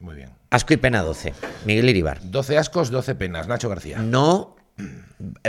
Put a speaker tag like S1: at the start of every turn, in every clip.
S1: Muy bien.
S2: Asco y pena 12. Miguel Iribar.
S1: 12 ascos, 12 penas. Nacho
S2: Mm.
S1: García.
S2: No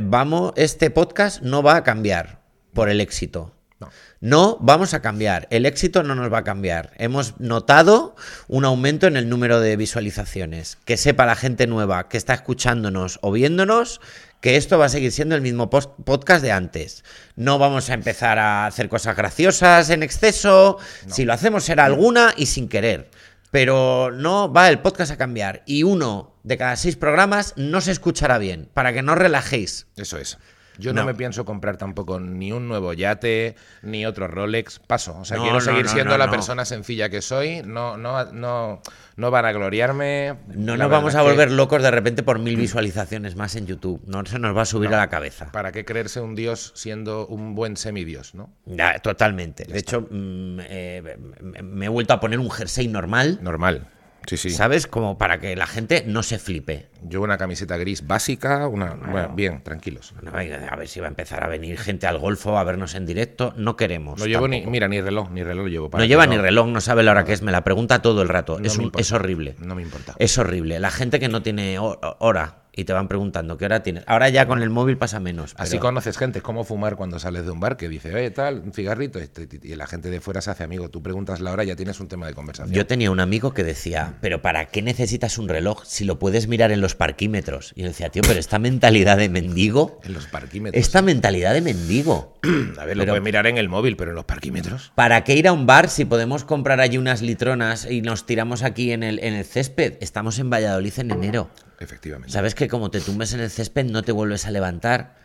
S2: vamos, este podcast no va a cambiar por el éxito.
S1: No.
S2: No vamos a cambiar. El éxito no nos va a cambiar. Hemos notado un aumento en el número de visualizaciones. Que sepa la gente nueva que está escuchándonos o viéndonos que esto va a seguir siendo el mismo post- podcast de antes. No vamos a empezar a hacer cosas graciosas en exceso. Si lo hacemos será alguna y sin querer. Pero no va el podcast a cambiar. Y uno de cada seis programas no se escuchará bien. Para que no os relajéis.
S1: Eso es. Yo no.
S2: No.
S1: me pienso comprar tampoco ni un nuevo yate, ni otro Rolex. Paso. O sea,
S2: No,
S1: quiero
S2: no,
S1: seguir
S2: no,
S1: siendo
S2: no,
S1: la
S2: no.
S1: persona sencilla que soy. No, no, no, no van a gloriarme.
S2: No
S1: La
S2: nos vamos
S1: verdad
S2: a
S1: es que,
S2: volver locos de repente por mil visualizaciones más en YouTube. No se nos va a subir a la cabeza.
S1: ¿Para qué creerse un dios siendo un buen semidios, no?
S2: Ya, totalmente. De hecho, mm, eh, me- me he vuelto a poner un jersey normal,
S1: Normal. Sí, sí.
S2: ¿sabes? Como para que la gente no se flipe.
S1: Yo una camiseta gris básica, una. Bueno, bien, tranquilos.
S2: No, venga, A ver si va a empezar a venir gente al golfo a vernos en directo. No queremos.
S1: No llevo ni.
S2: Pues tampoco.
S1: Mira, ni reloj, ni reloj llevo. para
S2: No
S1: que
S2: lleva ni reloj, no sabe la hora que es. Me la pregunta todo el rato.
S1: No
S2: es,
S1: me
S2: un-
S1: importa.
S2: es horrible.
S1: No me importa.
S2: Es horrible. La gente que no tiene ho- hora y te van preguntando qué hora tienes. Ahora ya con el móvil pasa menos.
S1: Así
S2: pero-
S1: conoces gente, es como fumar cuando sales de un bar que dice, eh, tal, un cigarrito, este, ti- ti- y la gente de fuera se hace amigo. Tú preguntas la hora y ya tienes un tema de conversación.
S2: Yo tenía un amigo que decía, pero ¿para qué necesitas un reloj si lo puedes mirar en los parquímetros? Y yo decía, tío, pero esta mentalidad de mendigo,
S1: En los parquímetros.
S2: esta mentalidad de mendigo.
S1: A ver, lo puedes mirar en el móvil, pero en los parquímetros.
S2: ¿Para qué ir a un bar si podemos comprar allí unas litronas y nos tiramos aquí en el, en el césped? Estamos en Valladolid en enero.
S1: Efectivamente.
S2: Sabes que como te tumbes en el césped no te vuelves a levantar.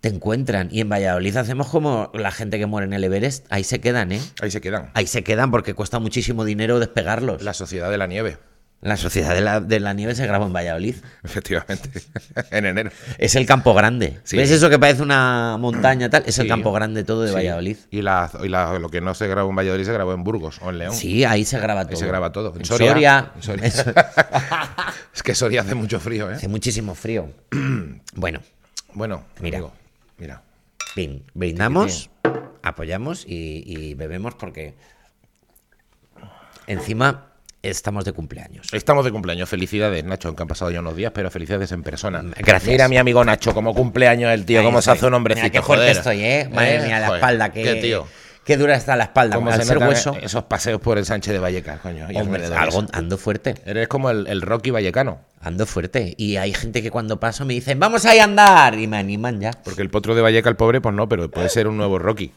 S2: Te encuentran. Y en Valladolid hacemos como la gente que muere en el Everest. Ahí se quedan, ¿eh?
S1: Ahí se quedan.
S2: Ahí se quedan porque cuesta muchísimo dinero despegarlos.
S1: La sociedad de la nieve.
S2: La Sociedad de la, de la Nieve se grabó en Valladolid.
S1: Efectivamente. en enero.
S2: Es el Campo Grande.
S1: Sí.
S2: ¿Ves eso que parece una montaña tal? Es el
S1: Sí.
S2: Campo Grande todo de
S1: Sí.
S2: Valladolid.
S1: Y, la, y la- lo que no se grabó en Valladolid se grabó en Burgos o en León.
S2: Sí, ahí se graba todo.
S1: se graba todo. En
S2: En
S1: Soria.
S2: Soria.
S1: En Soria.
S2: Eso-
S1: Es que Soria hace mucho frío, ¿eh?
S2: hace muchísimo frío. Bueno,
S1: Bueno,
S2: Mira.
S1: amigo, mira.
S2: bien, brindamos, apoyamos y, y bebemos porque encima estamos de cumpleaños.
S1: Estamos de cumpleaños. Felicidades, Nacho, aunque han pasado ya unos días, pero felicidades en persona.
S2: Gracias.
S1: Mira a mi amigo Nacho, como cumpleaños el tío,
S2: Ahí
S1: cómo se
S2: estoy.
S1: hace un hombrecito.
S2: Mira, qué fuerte
S1: joder.
S2: estoy, ¿eh? Madre mía, la
S1: Joder,
S2: espalda. Qué,
S1: qué tío.
S2: Qué dura está la espalda.
S1: Cómo
S2: Al
S1: se
S2: ser
S1: notan
S2: hueso.
S1: Esos paseos por el Sánchez de Vallecas, coño. y
S2: Hombre,
S1: alrededores.
S2: algo ando fuerte.
S1: Eres como el, el Rocky Vallecano,
S2: Ando fuerte. Y hay gente que cuando paso me dicen, vamos ahí a andar. Y me animan ya.
S1: porque el potro de Valleca, el pobre, pues no, pero puede ser un nuevo Rocky.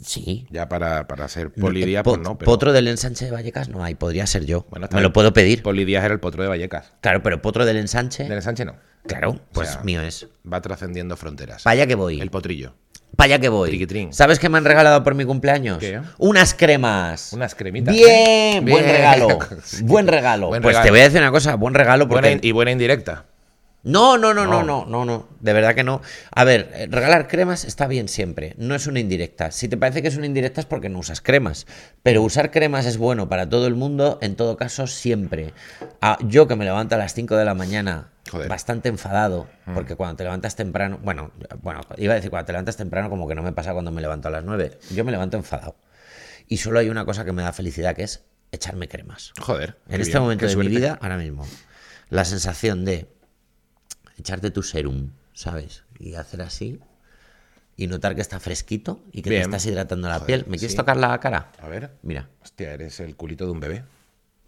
S2: Sí.
S1: Ya para, para ser Polidías,
S2: Po-
S1: pues no. Pero,
S2: Potro del ensanche de Vallecas no hay, podría ser yo.
S1: Bueno, está
S2: me
S1: bien.
S2: lo puedo pedir.
S1: Polidías era el potro de Vallecas.
S2: Claro, pero potro del ensanche.
S1: Del Sánchez no.
S2: Claro, pues
S1: sea,
S2: mío es.
S1: Va trascendiendo fronteras.
S2: Para allá que voy.
S1: El potrillo.
S2: Para allá que voy.
S1: Triquitrín.
S2: ¿Sabes qué me han regalado por mi cumpleaños?
S1: ¿Qué?
S2: Unas cremas.
S1: Unas cremitas. ¿eh?
S2: Bien, buen
S1: Bien.
S2: regalo.
S1: Sí.
S2: Buen regalo.
S1: Buen
S2: pues te
S1: regalo.
S2: voy a decir una cosa, buen regalo porque
S1: Buena in- y buena indirecta.
S2: No, no, no, no, no, no, no. De verdad que no. A ver, eh, regalar cremas está bien siempre. No es una indirecta. Si te parece que es una indirecta es porque no usas cremas. Pero usar cremas es bueno para todo el mundo, en todo caso, siempre. Ah, yo que me levanto a las 5 de la mañana.
S1: Joder.
S2: Bastante enfadado, porque cuando te levantas temprano, bueno, bueno, iba a decir cuando te levantas temprano, como que no me pasa cuando me levanto a las 9. Yo me levanto enfadado. Y solo hay una cosa que me da felicidad, que es echarme cremas.
S1: Joder. qué
S2: En este
S1: bien,
S2: momento
S1: qué
S2: de mi
S1: suerte.
S2: vida, ahora mismo, la sensación de echarte tu serum, ¿sabes? Y hacer así y notar que está fresquito y que
S1: Bien.
S2: te estás hidratando la
S1: Joder,
S2: piel. ¿Me quieres
S1: sí.
S2: tocar la cara?
S1: A ver.
S2: Mira.
S1: Hostia, eres el culito de un bebé.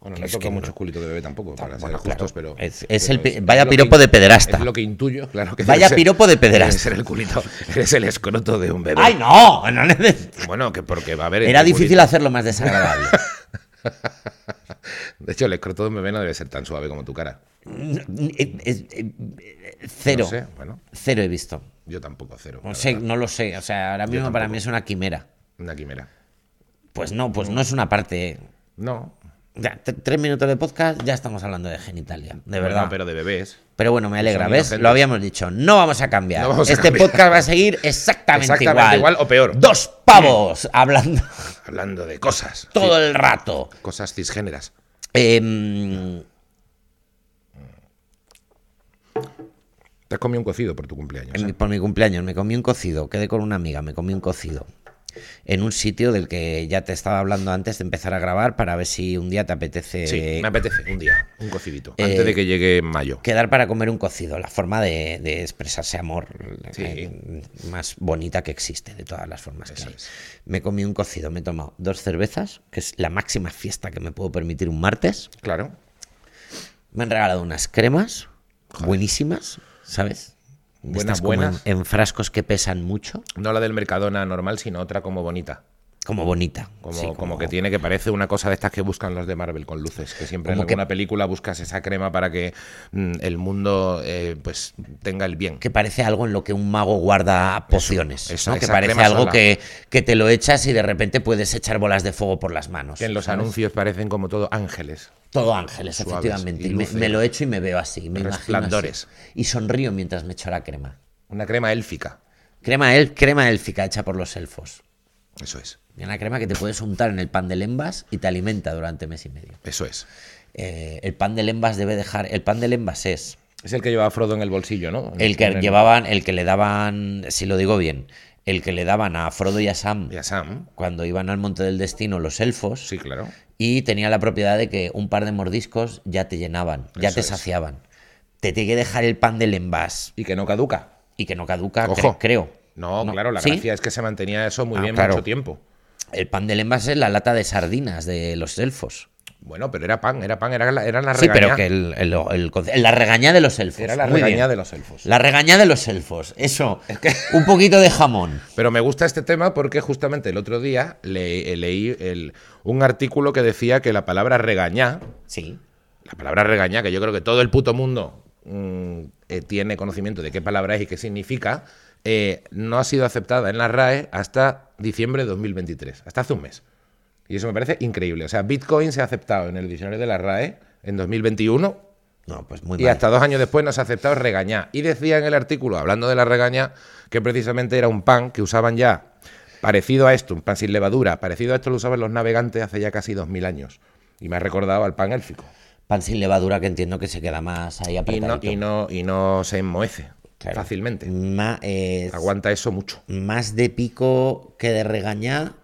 S1: Bueno, no
S2: Es
S1: toca
S2: que
S1: muchos
S2: no.
S1: culitos de bebé tampoco, para ser
S2: bueno,
S1: justos,
S2: claro.
S1: pero.
S2: Es- es
S1: pero
S2: el pi- vaya piropo de pederasta.
S1: Es lo que intuyo, claro que
S2: Vaya
S1: debe ser-
S2: piropo de pederasta.
S1: debe ser el culito, eres el escroto de un bebé.
S2: ¡Ay, no! No neces-
S1: Bueno, que porque va a haber.
S2: Era
S1: el culito-
S2: difícil hacerlo más desagradable.
S1: De hecho, el escroto de un bebé no debe ser tan suave como tu cara.
S2: Eh, eh, eh, eh, Cero.
S1: No sé, bueno,
S2: Cero he visto.
S1: yo tampoco, cero.
S2: No,
S1: la
S2: sé,
S1: verdad.
S2: no lo sé. O sea, ahora mismo para
S1: tampoco.
S2: mí es una quimera.
S1: Una quimera.
S2: Pues no,
S1: Mm.
S2: pues no es una parte.
S1: No.
S2: Ya, t- tres minutos de podcast, ya estamos hablando de genitalia. De verdad.
S1: Bueno, pero de bebés.
S2: Pero bueno, me alegra,
S1: Son
S2: ¿ves?
S1: inocentes.
S2: Lo habíamos dicho, no vamos a cambiar.
S1: No vamos a
S2: este
S1: cambiar.
S2: podcast va a seguir exactamente,
S1: Exactamente
S2: igual.
S1: igual o peor.
S2: Dos pavos hablando
S1: Hablando de cosas.
S2: todo el rato.
S1: Sí, Cosas cisgéneras.
S2: Em,
S1: Te has comido un cocido por tu cumpleaños.
S2: en
S1: ¿eh?
S2: mi- por mi cumpleaños me comí un cocido, quedé con una amiga, me comí un cocido. en un sitio del que ya te estaba hablando antes de empezar a grabar para ver si un día te apetece
S1: Sí, me apetece un día, un cocidito,
S2: Eh,
S1: antes de que llegue mayo.
S2: quedar para comer un cocido, la forma de, de expresarse amor
S1: Sí.
S2: eh, más bonita que existe, de todas las formas que
S1: Eso
S2: hay.
S1: es.
S2: Me comí un cocido, me he tomado dos cervezas, que es la máxima fiesta que me puedo permitir un martes.
S1: Claro.
S2: Me han regalado unas cremas buenísimas, ¿sabes? De
S1: Buenas,
S2: estas como en-
S1: buenas.
S2: En, frascos que pesan mucho,
S1: No la del Mercadona normal, sino otra como bonita.
S2: como bonita.
S1: Como,
S2: sí,
S1: como, que tiene que parece una cosa de estas que buscan los de Marvel con luces, que siempre en
S2: Como que-
S1: alguna película buscas esa crema para que mm, el mundo eh, pues tenga el bien.
S2: que parece algo en lo que un mago guarda pociones.
S1: esa-
S2: ¿no? que
S1: esa
S2: parece
S1: crema
S2: algo
S1: sola.
S2: que, que te lo echas y de repente puedes echar bolas de fuego por las manos.
S1: Que en los
S2: ¿sabes?
S1: anuncios parecen como todo ángeles.
S2: Todo ángeles,
S1: Suaves
S2: efectivamente.
S1: y
S2: Y me,
S1: luces.
S2: me lo echo y me veo así. Me imagino así.
S1: Resplandores.
S2: Y sonrío mientras me echo la crema.
S1: Una crema élfica.
S2: Crema, el, crema élfica hecha por los elfos.
S1: Eso es.
S2: Y Una crema que te puedes untar en el pan de lembas y te alimenta durante mes y medio.
S1: Eso es.
S2: Eh, el pan de lembas debe dejar. El pan de lembas es
S1: Es el que llevaba Frodo en el bolsillo, ¿no?
S2: el que
S1: En
S2: llevaban, el que le daban, si lo digo bien, el que le daban a Frodo y a Sam
S1: Y a Sam.
S2: cuando iban al monte del destino los elfos.
S1: Sí, claro.
S2: Y tenía la propiedad de que un par de mordiscos ya te llenaban, ya
S1: Eso
S2: te
S1: es.
S2: saciaban. Te tiene que dejar el pan del envas
S1: Y que no caduca.
S2: y que no caduca, cre-
S1: Ojo.
S2: creo.
S1: No, claro, la
S2: ¿Sí?
S1: gracia es que se mantenía eso muy
S2: Ah,
S1: bien
S2: claro.
S1: mucho tiempo.
S2: El pan del envas es la lata de sardinas de los elfos.
S1: Bueno, pero era pan, era pan, era la, era la
S2: Sí, pero
S1: regañá.
S2: que el, el- el conce- la regañá de los elfos.
S1: Era la
S2: Muy bien.
S1: regañá de los elfos.
S2: La regañá de los elfos, eso. Un poquito de jamón.
S1: Pero me gusta este tema porque justamente el otro día le- eh, leí el- un artículo que decía que la palabra regañá,
S2: Sí.
S1: la palabra regañá, que yo creo que todo el puto mundo mm, eh, tiene conocimiento de qué palabra es y qué significa, eh, no ha sido aceptada en la RAE hasta diciembre de 2023, hasta hace un mes. Y eso me parece increíble. O sea, Bitcoin se ha aceptado en el diccionario de la RAE en 2021
S2: No, pues muy
S1: Y
S2: mal.
S1: hasta dos años después nos ha aceptado regañar. Y decía en el artículo, hablando de la regaña, que precisamente era un pan que usaban ya, parecido a esto, un pan sin levadura, parecido a esto lo usaban los navegantes hace ya casi dos mil años. Y me ha recordado al pan élfico.
S2: Pan sin levadura que entiendo que se queda más ahí
S1: Y no,
S2: apretadito.
S1: y no, y no se enmohece
S2: Claro.
S1: fácilmente.
S2: Ma- eh,
S1: Aguanta eso mucho.
S2: más de pico que de regañá,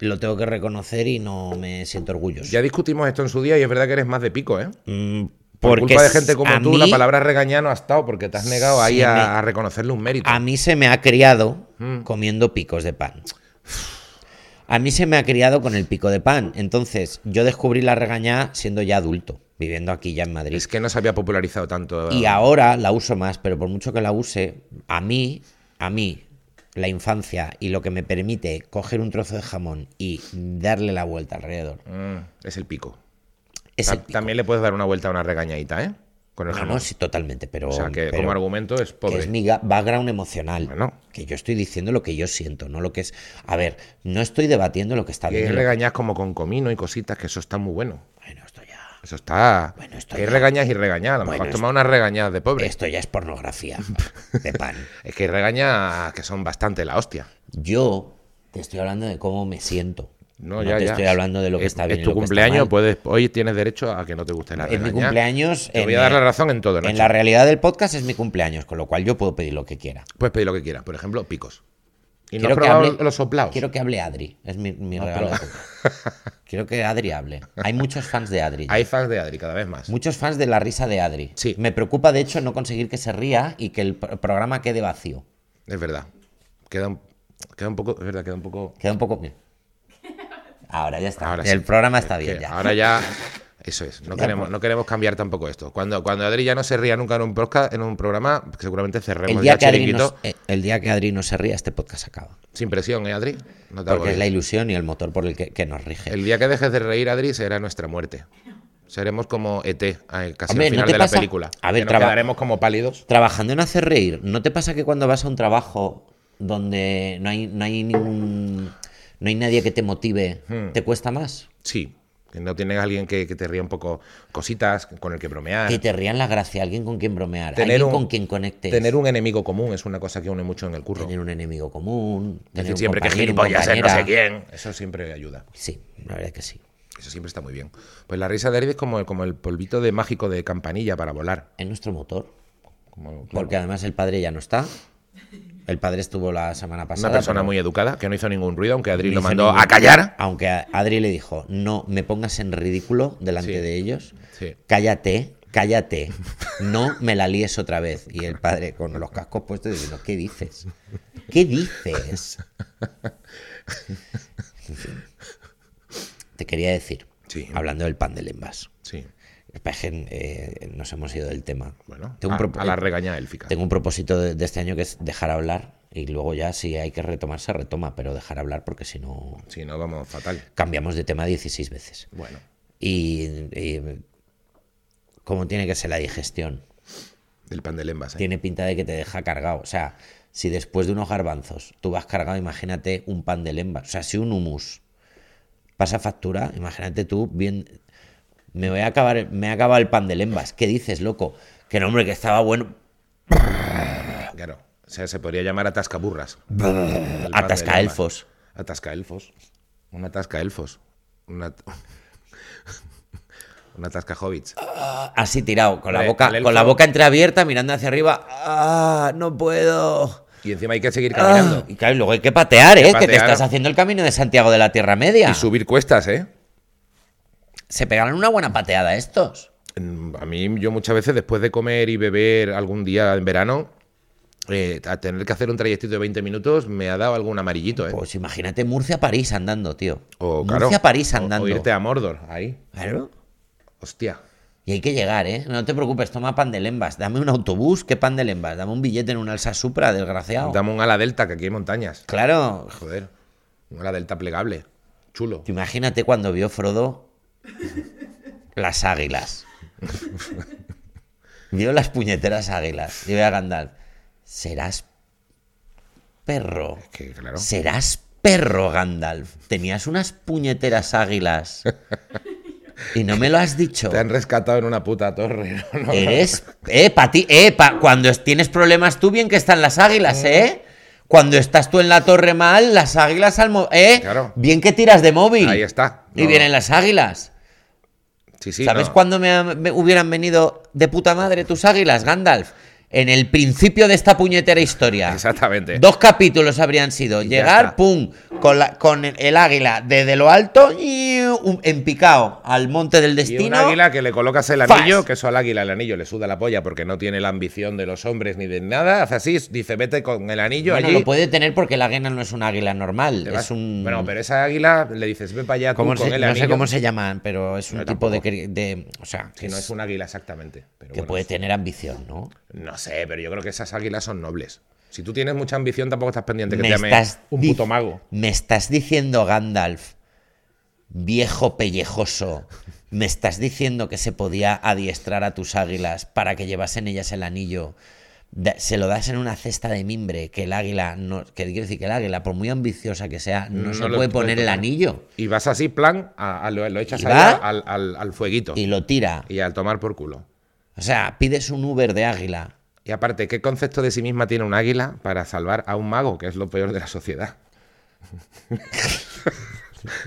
S2: lo tengo que reconocer y no me siento orgulloso.
S1: Ya discutimos esto en su día y es verdad que eres más de pico, ¿eh?
S2: Mm,
S1: Por
S2: porque
S1: culpa de gente como
S2: a
S1: tú, la
S2: mí-
S1: palabra regañar no ha estado porque te has negado ahí
S2: Se
S1: a,
S2: me-
S1: a reconocerle un mérito.
S2: A mí se me ha criado
S1: Mm.
S2: comiendo picos de pan. A mí se me ha criado con el pico de pan. Entonces, yo descubrí la regañá siendo ya adulto, viviendo aquí ya en Madrid.
S1: Es que no se había popularizado tanto.
S2: Y ahora la uso más, pero por mucho que la use, a mí, a mí, la infancia y lo que me permite coger un trozo de jamón y darle la vuelta alrededor
S1: Mm, es el pico.
S2: es
S1: Ta-
S2: el pico.
S1: También le puedes dar una vuelta a una regañadita, ¿eh? Con el
S2: No,
S1: jamón.
S2: no, sí, totalmente, pero,
S1: o sea, que
S2: pero
S1: como argumento es
S2: que
S1: pobre.
S2: es mi ga- background emocional.
S1: Bueno.
S2: Que yo estoy diciendo lo que yo siento, no lo que es. A ver, no estoy debatiendo lo que está
S1: Y hay
S2: bien. y lo-
S1: regañas como con comino y cositas, que eso está muy bueno.
S2: Bueno, esto ya.
S1: Eso está.
S2: Bueno, esto
S1: que hay
S2: ya-
S1: regañas y regañas. A lo
S2: Bueno,
S1: mejor
S2: esto-
S1: toma unas regañadas de pobre.
S2: Esto ya es pornografía de pan.
S1: Es que hay regañas que son bastante la hostia.
S2: Yo te estoy hablando de cómo me siento.
S1: No, ya,
S2: te
S1: ya.
S2: estoy hablando de lo que
S1: Es-
S2: está
S1: Es
S2: bien. y
S1: tu
S2: lo que está
S1: cumpleaños,
S2: mal.
S1: puedes, hoy tienes derecho a que no te guste la
S2: Es
S1: regaña.
S2: mi cumpleaños.
S1: Te voy
S2: en,
S1: a dar la
S2: eh,
S1: razón en todo, Nacho.
S2: En la realidad del podcast es mi cumpleaños, con lo cual yo puedo pedir lo que quiera.
S1: Puedes pedir lo que quieras. Por ejemplo, picos. Y no
S2: Quiero
S1: has
S2: que
S1: probado
S2: hable-
S1: los soplados.
S2: Quiero que hable Adri. Es mi, mi
S1: Oh. No,
S2: regalo.
S1: pero-
S2: de cumpleaños. Quiero que Adri hable. Hay muchos fans de Adri. ya.
S1: Hay fans de Adri cada vez más.
S2: Muchos fans de la risa de Adri.
S1: Sí.
S2: Me preocupa, de hecho, no conseguir que se ría y que el pro- programa quede vacío.
S1: Es verdad. Queda un, queda un poco. Es verdad, queda un poco.
S2: Queda un poco. bien. Ahora ya está.
S1: Ahora
S2: el
S1: sí.
S2: programa está
S1: Que
S2: bien ya.
S1: Ahora ya. Eso es. No
S2: Ya,
S1: queremos,
S2: pues.
S1: no queremos cambiar tampoco esto. Cuando, cuando Adri ya no se ría nunca en un podcast, en un programa, seguramente cerremos
S2: El día,
S1: ya
S2: que Adri
S1: chiringuito.
S2: no, eh, el día que Adri no se ría, este podcast acaba.
S1: Sin presión, ¿eh, Adri? No te
S2: Porque
S1: agobies.
S2: es la ilusión y el motor por el que, que nos rige.
S1: El día que dejes de reír, Adri, será nuestra muerte. Seremos como ET, eh, casi
S2: Hombre,
S1: al
S2: ¿no
S1: final
S2: te
S1: de
S2: pasa?
S1: la película.
S2: A ver,
S1: Que nos
S2: traba-
S1: quedaremos como pálidos.
S2: Trabajando en hacer reír, ¿no te pasa que cuando vas a un trabajo donde no hay, no hay ningún. No hay nadie que te motive,
S1: Hmm.
S2: te cuesta más?
S1: Sí. Que no tienes alguien que, que te ría un poco cositas, con el que bromear.
S2: Que te rían la gracia, alguien con quien bromear,
S1: Ah. Tener
S2: alguien
S1: un-
S2: con quien conectes.
S1: Tener un enemigo común es una cosa que une mucho en el curro.
S2: tener un enemigo común, tener
S1: Decir
S2: un
S1: siempre que
S2: compañero, un
S1: gilipollas es no sé
S2: compañera.
S1: quién. Eso siempre ayuda.
S2: Sí, la verdad que sí.
S1: Eso siempre está muy bien. Pues la risa de Adri es como, como el polvito de mágico de campanilla para volar.
S2: Es nuestro motor,
S1: Como-
S2: porque además el padre ya no está El padre estuvo la semana pasada.
S1: Una persona
S2: pero
S1: muy educada que no hizo ningún ruido, aunque Adri
S2: no
S1: lo
S2: hizo
S1: mandó
S2: ningún-
S1: a callar.
S2: Aunque a- Adri le dijo, no me pongas en ridículo delante
S1: Sí.
S2: de ellos.
S1: Sí.
S2: Cállate, cállate. No me la líes otra vez. Y el padre con los cascos puestos diciendo, ¿qué dices? ¿Qué dices? En fin. Te quería decir,
S1: Sí.
S2: hablando del pan del envas.
S1: Sí.
S2: Es que, eh, nos hemos ido del tema.
S1: Bueno,
S2: Tengo
S1: a,
S2: un propo- eh,
S1: a la regaña élfica.
S2: tengo un propósito de, de este año que es dejar hablar y luego ya si hay que retomar se retoma, pero dejar hablar porque si no
S1: Si no, vamos fatal.
S2: cambiamos de tema 16 veces.
S1: Bueno.
S2: Y, y cómo tiene que ser la digestión.
S1: Del pan del ¿eh? envase.
S2: Tiene pinta de que te deja cargado. O sea, si después de unos garbanzos tú vas cargado, imagínate un pan de lemba. O sea, si un humus pasa factura, imagínate tú bien... Me voy a acabar, me he acabado el pan de lembas. ¿Qué dices, loco? Que no, hombre, que estaba bueno.
S1: Claro. O sea, se podría llamar atascaburras.
S2: Atasca elfos.
S1: Atasca elfos. Una atasca elfos. Una, una atasca hobbits.
S2: Así tirado, con la
S1: Hombre,
S2: boca,
S1: al elfo-
S2: con la boca entreabierta, mirando hacia arriba. ¡Ah! ¡No puedo!
S1: Y encima hay que seguir
S2: Ah.
S1: caminando.
S2: Y claro, y luego hay que patear, ¿eh? Que te
S1: patear.
S2: estás haciendo el camino de Santiago de la Tierra Media.
S1: Y subir cuestas, ¿eh?
S2: Se pegaron una buena pateada estos.
S1: Mm, A mí, yo muchas veces después de comer y beber algún día en verano, eh, a tener que hacer un trayectito de 20 minutos me ha dado algún amarillito, ¿eh?
S2: Pues imagínate Murcia-París andando, tío.
S1: o Oh, claro,
S2: Murcia-París
S1: o-
S2: andando.
S1: O, irte a Mordor, ahí.
S2: Claro.
S1: Hostia.
S2: Y hay que llegar, ¿eh? No te preocupes, toma pan de lembas. Dame un autobús, ¿qué pan de lembas? Dame un billete en un Alsa Supra, desgraciado.
S1: Dame un ala delta, que aquí hay montañas.
S2: Claro.
S1: Joder. Un ala delta plegable. Chulo.
S2: Tú Imagínate cuando vio Frodo las águilas. Vio las puñeteras águilas. Y ve a Gandalf. Serás perro.
S1: Que claro.
S2: Serás perro, Gandalf. Tenías unas puñeteras águilas. Y no me lo has dicho.
S1: Te han rescatado en una puta torre. ¿no?
S2: Eres. Eh, pa ti. Eh, pa- cuando es- tienes problemas tú, bien que están las águilas, ¿eh? Cuando estás tú en la torre mal, las águilas al mo- ¿Eh?
S1: Claro.
S2: Bien que tiras de móvil.
S1: Ahí está.
S2: Y
S1: No,
S2: vienen las águilas.
S1: Sí, sí,
S2: ¿Sabes
S1: no.
S2: cuándo me, ha- me hubieran venido de puta madre tus águilas, Gandalf? En el principio de esta puñetera historia.
S1: Exactamente.
S2: Dos capítulos habrían sido.
S1: ya
S2: Llegar,
S1: está.
S2: pum, con, la- con el- el águila desde lo alto y un- en picado al monte del
S1: Y un
S2: destino.
S1: águila que le colocas el
S2: ¡Fas!
S1: anillo, que eso al águila el anillo le suda la polla porque no tiene la ambición de los hombres ni de nada. Hace así, dice, vete con el anillo
S2: Bueno,
S1: allí.
S2: lo puede tener porque el águila no es un águila normal.
S1: te
S2: Es
S1: vas.
S2: un.
S1: Bueno, pero esa águila le dices, ve para allá tú
S2: ¿cómo
S1: con
S2: se-
S1: el
S2: no
S1: anillo.
S2: sé cómo se llaman, pero es un
S1: Yo
S2: tipo de,
S1: tampoco.
S2: cri- de- O sea,
S1: Si
S2: que
S1: no
S2: es-
S1: es un águila exactamente. Pero
S2: que
S1: bueno,
S2: puede tener ambición, ¿no?
S1: No sé, pero yo creo que esas águilas son nobles. Si tú tienes mucha ambición, tampoco estás pendiente que
S2: Me
S1: te llame
S2: estás
S1: un
S2: di-
S1: puto mago.
S2: Me estás diciendo, Gandalf, viejo pellejoso, me estás diciendo que se podía adiestrar a tus águilas para que llevasen ellas el anillo. Da- se lo das en una cesta de mimbre, que el águila, no, que quiero decir que el águila, por muy ambiciosa que sea, no,
S1: No
S2: se
S1: lo
S2: puede
S1: puede
S2: poner el
S1: poner.
S2: anillo.
S1: Y vas así, plan, a, a lo, lo echas
S2: ¿Y
S1: ahí
S2: va?
S1: al, al- al fueguito
S2: Y lo tira.
S1: y al tomar por culo.
S2: O sea, pides un Uber de águila.
S1: Y aparte, ¿qué concepto de sí misma tiene un águila para salvar a un mago, que es lo peor de la sociedad?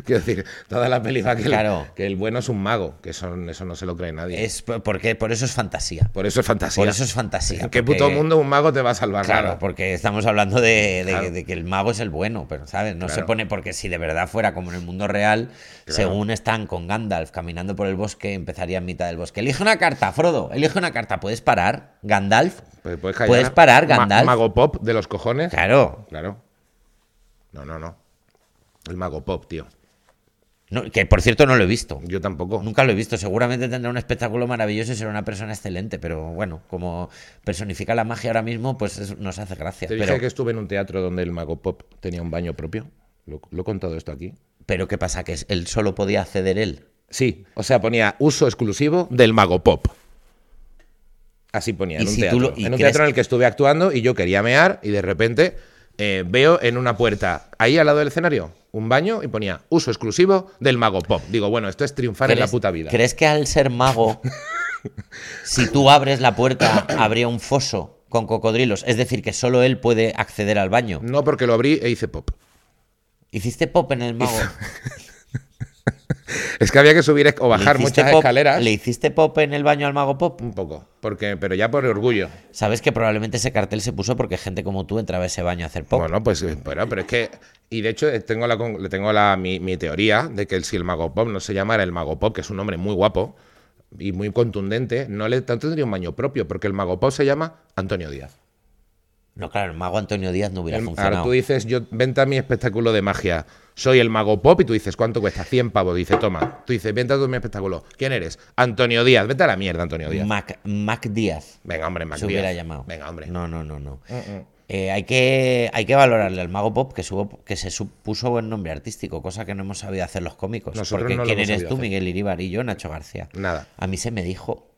S1: Quiero decir, toda la peli va que, el-
S2: Claro.
S1: que el bueno es un mago, que eso, eso no se lo cree nadie.
S2: Es por- porque por eso es fantasía.
S1: por eso es fantasía.
S2: Por eso es fantasía.
S1: ¿En qué
S2: porque-
S1: puto mundo un mago te va a salvar?
S2: Claro,
S1: Nada.
S2: porque estamos hablando de, de-
S1: Claro.
S2: de que el mago es el bueno, pero ¿sabes? No se
S1: Claro.
S2: pone porque si de verdad fuera como en el mundo real, según están con Gandalf caminando por el bosque, empezaría en mitad del bosque. Elige una carta, Frodo, elige una carta. ¿Puedes parar, Gandalf?
S1: Pues puedes, callar.
S2: ¿Puedes parar,
S1: Ma-
S2: Gandalf?
S1: mago pop de los cojones.
S2: Claro.
S1: Claro. No, no, no. El mago pop, tío.
S2: No, que por cierto no lo he visto.
S1: Yo tampoco.
S2: Nunca lo he visto. Seguramente tendrá un espectáculo maravilloso y será una persona excelente, pero bueno, como personifica la magia ahora mismo, pues es- nos hace gracia.
S1: Te dije
S2: Pero,
S1: que estuve en un teatro donde el mago pop tenía un baño propio. Lo, lo he contado esto aquí.
S2: pero ¿qué pasa? ¿Que él solo podía acceder él?
S1: Sí, o sea, ponía uso exclusivo del mago pop. Así ponía,
S2: Y
S1: en un,
S2: si tú
S1: teatro.
S2: lo- y
S1: en un
S2: crees-
S1: teatro en el que estuve actuando y yo quería mear y de repente eh, veo en una puerta, ahí al lado del escenario, un baño y ponía uso exclusivo del mago pop. Digo, bueno, esto es triunfar en la
S2: ¿Crees-
S1: puta vida.
S2: ¿Crees que al ser mago, si tú abres la puerta, habría un foso con cocodrilos? Es decir, que solo él puede acceder al baño.
S1: No porque lo abrí e hice pop.
S2: Hiciste pop en el mago.
S1: Es que había que subir es- o bajar
S2: Le hiciste
S1: muchas
S2: pop-
S1: escaleras.
S2: ¿Le hiciste pop en el baño al mago pop?
S1: Un poco, porque, pero ya por orgullo.
S2: Sabes que probablemente ese cartel se puso porque gente como tú entraba a ese baño a hacer pop.
S1: Bueno, pues eh, bueno, pero es que. Y de hecho, eh, tengo la, con- le tengo la, mi, mi teoría de que el- si el Mago Pop no se llamara el Mago Pop, que es un nombre muy guapo y muy contundente, no le no tendría un baño propio, porque el Mago Pop se llama Antonio Díaz.
S2: No, claro, el mago Antonio Díaz no hubiera
S1: El- ahora
S2: funcionado.
S1: tú dices, yo venta mi espectáculo de magia. Soy el Mago Pop y tú dices, ¿cuánto cuesta? 100 pavos. Dice, toma. Tú dices, venta tú mi espectáculo. ¿Quién eres? Antonio Díaz. Vete a la mierda, Antonio Díaz.
S2: Mac, Mac Díaz
S1: Venga, hombre, Mac
S2: se hubiera
S1: Díaz.
S2: llamado.
S1: Venga, hombre.
S2: No, no, no, no. Eh, hay, que, hay que valorarle al mago pop que, subo, que se su- puso buen nombre artístico, cosa que no hemos sabido hacer los cómicos.
S1: Nosotros
S2: porque
S1: no lo
S2: ¿quién
S1: hemos
S2: eres
S1: sabido
S2: tú,
S1: hacer.
S2: Miguel Iríbar y yo, Nacho García?
S1: Nada.
S2: A mí se me dijo,